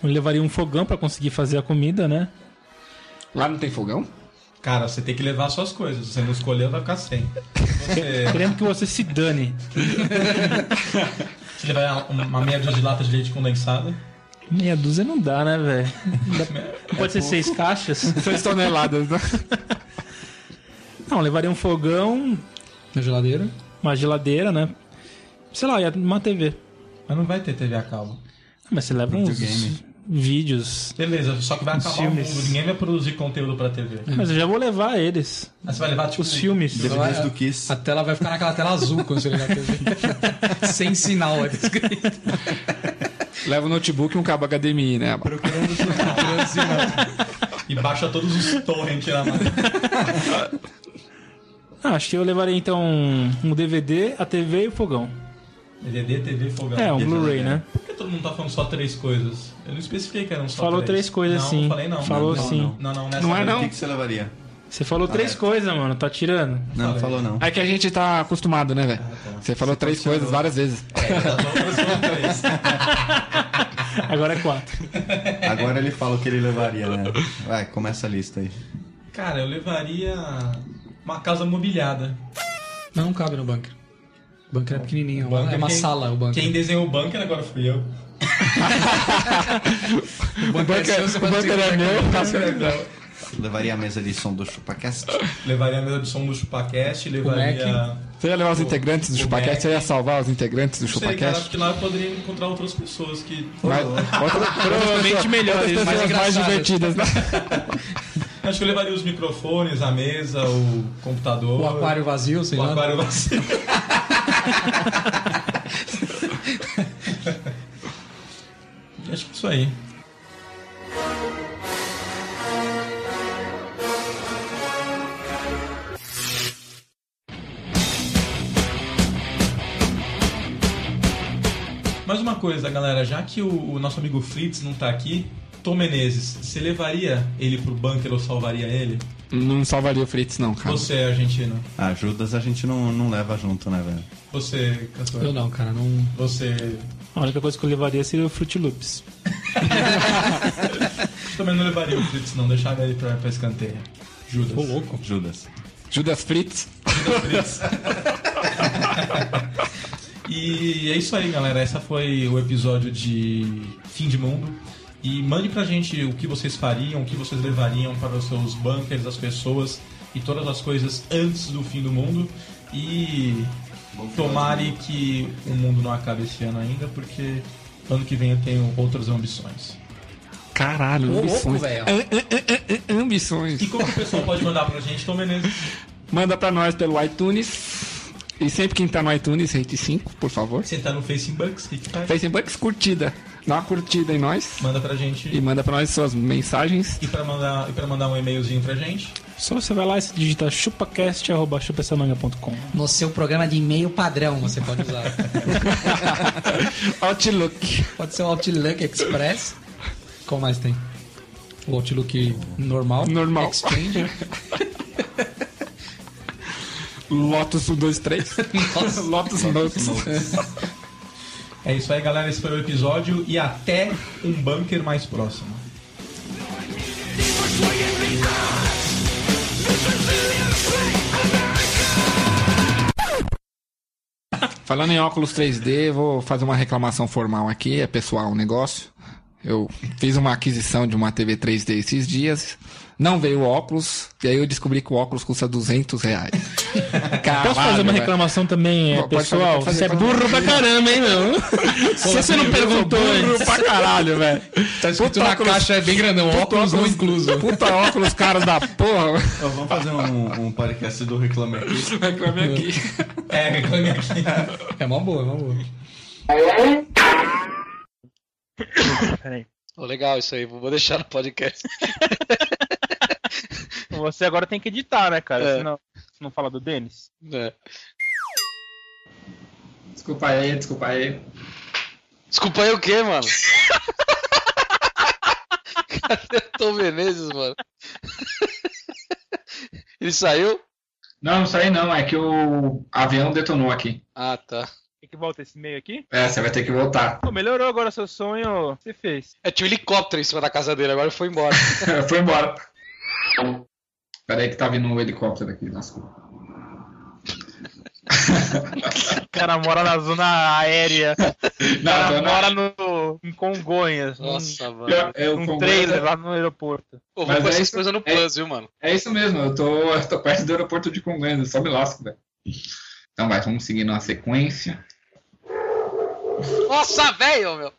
Speaker 4: Eu levaria um fogão pra conseguir fazer a comida, né?
Speaker 3: Lá não tem fogão?
Speaker 2: Cara, você tem que levar suas coisas. Se você não escolher, vai ficar sem. Você,
Speaker 4: Querendo que você se dane.
Speaker 2: você levar uma meia dúzia de latas de leite condensado.
Speaker 4: Meia dúzia não dá, né, velho? Não pode ser É seis caixas?
Speaker 3: 6 toneladas, né?
Speaker 4: Não, levaria um fogão,
Speaker 5: Na geladeira?
Speaker 4: uma geladeira, né? Sei lá, e uma TV.
Speaker 2: Mas não vai ter TV a cabo.
Speaker 4: Ah, Mas você leva uns vídeos.
Speaker 2: Beleza, só que vai acabar
Speaker 4: filmes.
Speaker 2: o mundo. Ninguém vai produzir conteúdo pra TV.
Speaker 3: É.
Speaker 4: Mas eu já vou levar eles.
Speaker 2: Aí você vai levar, tipo...
Speaker 4: Os filmes.
Speaker 6: DVDs
Speaker 5: Não, é-
Speaker 6: do Kiss.
Speaker 5: A tela vai ficar naquela tela azul quando você ligar a TV. Sem sinal, é descrito.
Speaker 3: Leva o notebook e um cabo HDMI, né?
Speaker 6: Procurando jornal.
Speaker 2: E baixa todos os torrents na mão.
Speaker 4: Ah, acho que eu levaria então um DVD, a TV e o fogão.
Speaker 2: DVD, TV, fogão.
Speaker 4: É, um Blu-ray, né?
Speaker 2: Por que todo mundo tá falando só três coisas? Eu não especifiquei que eram só
Speaker 4: Falou
Speaker 2: três.
Speaker 4: três coisas,
Speaker 2: não,
Speaker 4: sim.
Speaker 2: Não, falei não.
Speaker 4: Falou
Speaker 2: não,
Speaker 4: sim.
Speaker 2: Não, não, não. Nessa
Speaker 3: Não é
Speaker 2: vez.
Speaker 3: não?
Speaker 6: O que, que você levaria?
Speaker 4: Você falou
Speaker 3: Ah,
Speaker 4: três coisas, mano. Tá tirando.
Speaker 6: Não, falou não.
Speaker 3: É que a gente tá acostumado, né, velho? Você falou três coisas várias vezes.
Speaker 2: Tá,
Speaker 4: Agora é quatro.
Speaker 6: Agora ele fala o que ele levaria, né? Vai, começa a lista aí.
Speaker 2: Cara, eu levaria uma casa mobiliada.
Speaker 5: Não cabe no bunker. O bunker é pequenininho,
Speaker 2: O bunker
Speaker 5: é uma
Speaker 2: quem-
Speaker 5: sala o bunker.
Speaker 2: Quem desenhou o bunker agora fui eu.
Speaker 5: O bunker,
Speaker 3: Bunker- O bunker é meu, tá certo.
Speaker 6: Levaria a mesa de som do ChupaCast.
Speaker 5: é-
Speaker 2: Levaria a mesa de som do Chupacast, levaria.
Speaker 3: Você ia levar os integrantes do
Speaker 2: o
Speaker 3: ChupaCast?
Speaker 2: Mac.
Speaker 3: Você ia salvar os integrantes do
Speaker 2: Não sei, cara, acho
Speaker 3: ChupaCast?
Speaker 2: que lá eu poderia encontrar outras pessoas que.
Speaker 3: Mas- outra- Provavelmente melhores, pessoas
Speaker 5: mais
Speaker 3: mais
Speaker 5: engraçadas.
Speaker 3: divertidas, né?
Speaker 2: Acho que eu levaria os microfones, a mesa, o computador.
Speaker 5: O aquário vazio, sei
Speaker 2: O
Speaker 5: lá.
Speaker 2: aquário vazio. Acho que é isso aí. Mais uma coisa, galera, já que o, o nosso amigo Fritz não tá aqui, Tom Menezes, você levaria ele pro bunker ou salvaria ele?
Speaker 3: Não salvaria o Fritz, não, cara.
Speaker 2: Você é argentino.
Speaker 6: Ah, Judas a gente não, não leva junto, né, velho?
Speaker 2: Você, cantor.
Speaker 5: Eu não, cara, não.
Speaker 2: Você.
Speaker 4: A única coisa que eu levaria seria o Fruit Loops.
Speaker 2: Eu também não levaria o Fritz, não. Deixaria ele pra, pra escanteio. Judas.
Speaker 5: Ô, louco.
Speaker 6: Judas. Então
Speaker 3: Judas Fritz.
Speaker 2: E é isso aí, galera. Essa foi o episódio de Fim de Mundo. E mande pra gente o que vocês fariam, o que vocês levariam para os seus bunkers, as pessoas e todas as coisas antes do fim do mundo. E tomare que o mundo não acabe esse ano ainda, porque ano que vem eu tenho outras ambições.
Speaker 3: Caralho,
Speaker 5: Ô, louco,
Speaker 3: ambições.
Speaker 5: velho.
Speaker 3: An- an- an- Ambições.
Speaker 2: E como que o pessoal pode mandar pra gente, Tom Menezes?
Speaker 3: Manda pra nós pelo iTunes. E sempre que entrar no iTunes, rate 5, por favor.
Speaker 2: Você tá no Facebook, o que que faz?
Speaker 3: Facebook, curtida. Dá uma curtida em nós.
Speaker 2: Manda pra gente.
Speaker 3: E manda pra nós suas mensagens.
Speaker 2: E pra mandar, e pra mandar um e-mailzinho pra gente?
Speaker 4: Só você vai lá e se digita chupacast.chupessamanga.com.
Speaker 5: No seu programa de e-mail padrão você pode usar.
Speaker 3: Outlook.
Speaker 5: pode ser o Outlook Express. Qual mais tem? O Outlook normal.
Speaker 3: Normal.
Speaker 5: Exchange.
Speaker 3: Lotus 123.
Speaker 5: Nossa.
Speaker 3: Lotus Notes.
Speaker 2: É isso aí, galera. Esse foi o episódio e até um bunker mais próximo.
Speaker 3: Falando em óculos 3D, vou fazer uma reclamação formal aqui, é pessoal o negócio. Eu fiz uma aquisição de uma TV 3D esses dias, não veio o óculos, e aí eu descobri que o óculos custa 200 reais. Caralho,
Speaker 4: Posso fazer uma
Speaker 3: velho.
Speaker 4: reclamação também, é,
Speaker 3: Ah, Pode fazer,
Speaker 4: pessoal?
Speaker 3: pode fazer,
Speaker 4: Você é
Speaker 3: pode
Speaker 4: burro pra caramba, hein, meu? Se você não perguntou
Speaker 3: Burro
Speaker 4: antes.
Speaker 3: pra caralho, velho.
Speaker 5: Tá escrito
Speaker 3: Puta
Speaker 5: na
Speaker 3: óculos-
Speaker 5: caixa, é bem grandão, óculos não incluso.
Speaker 3: Puta óculos, caros da porra.
Speaker 6: Ó, vamos fazer um, um podcast do Reclame Aqui.
Speaker 3: Reclame aqui.
Speaker 2: É, reclame aqui.
Speaker 5: É uma boa, é uma boa.
Speaker 7: Peraí.
Speaker 8: Ô, legal isso aí, vou deixar no podcast.
Speaker 7: Você agora tem que editar, né, cara?
Speaker 8: É.
Speaker 7: Senão, se não fala do Denis.
Speaker 8: É.
Speaker 9: Desculpa aí, desculpa aí.
Speaker 8: Desculpa aí o quê, mano? Cadê o Tom Menezes, mano? Ele saiu?
Speaker 9: Não, não saí não, é que o avião detonou aqui.
Speaker 8: Ah, tá.
Speaker 7: Tem que voltar esse meio aqui.
Speaker 9: É, você vai ter que voltar.
Speaker 7: Pô, melhorou agora seu sonho. Você fez.
Speaker 8: É, tinha um helicóptero em cima da casa dele, agora ele foi embora.
Speaker 9: Foi embora. Pera aí que tá vindo um helicóptero aqui, nossa.
Speaker 7: O cara mora na zona aérea. O
Speaker 9: Não,
Speaker 7: cara
Speaker 9: tô na...
Speaker 7: mora no, em Congonhas.
Speaker 8: Nossa, mano.
Speaker 9: Eu, eu,
Speaker 7: num, num
Speaker 9: Congonhas
Speaker 7: trailer lá no aeroporto.
Speaker 8: Pô, vou
Speaker 9: Mas
Speaker 8: pôr
Speaker 9: é
Speaker 8: essas
Speaker 9: isso-
Speaker 8: coisas no
Speaker 9: é-
Speaker 8: Plus, viu, mano?
Speaker 9: É isso mesmo, eu tô, eu tô perto do aeroporto de Congonhas, eu só me lasco, velho. Então vai, vamos seguindo a sequência.
Speaker 8: Nossa, velho, meu.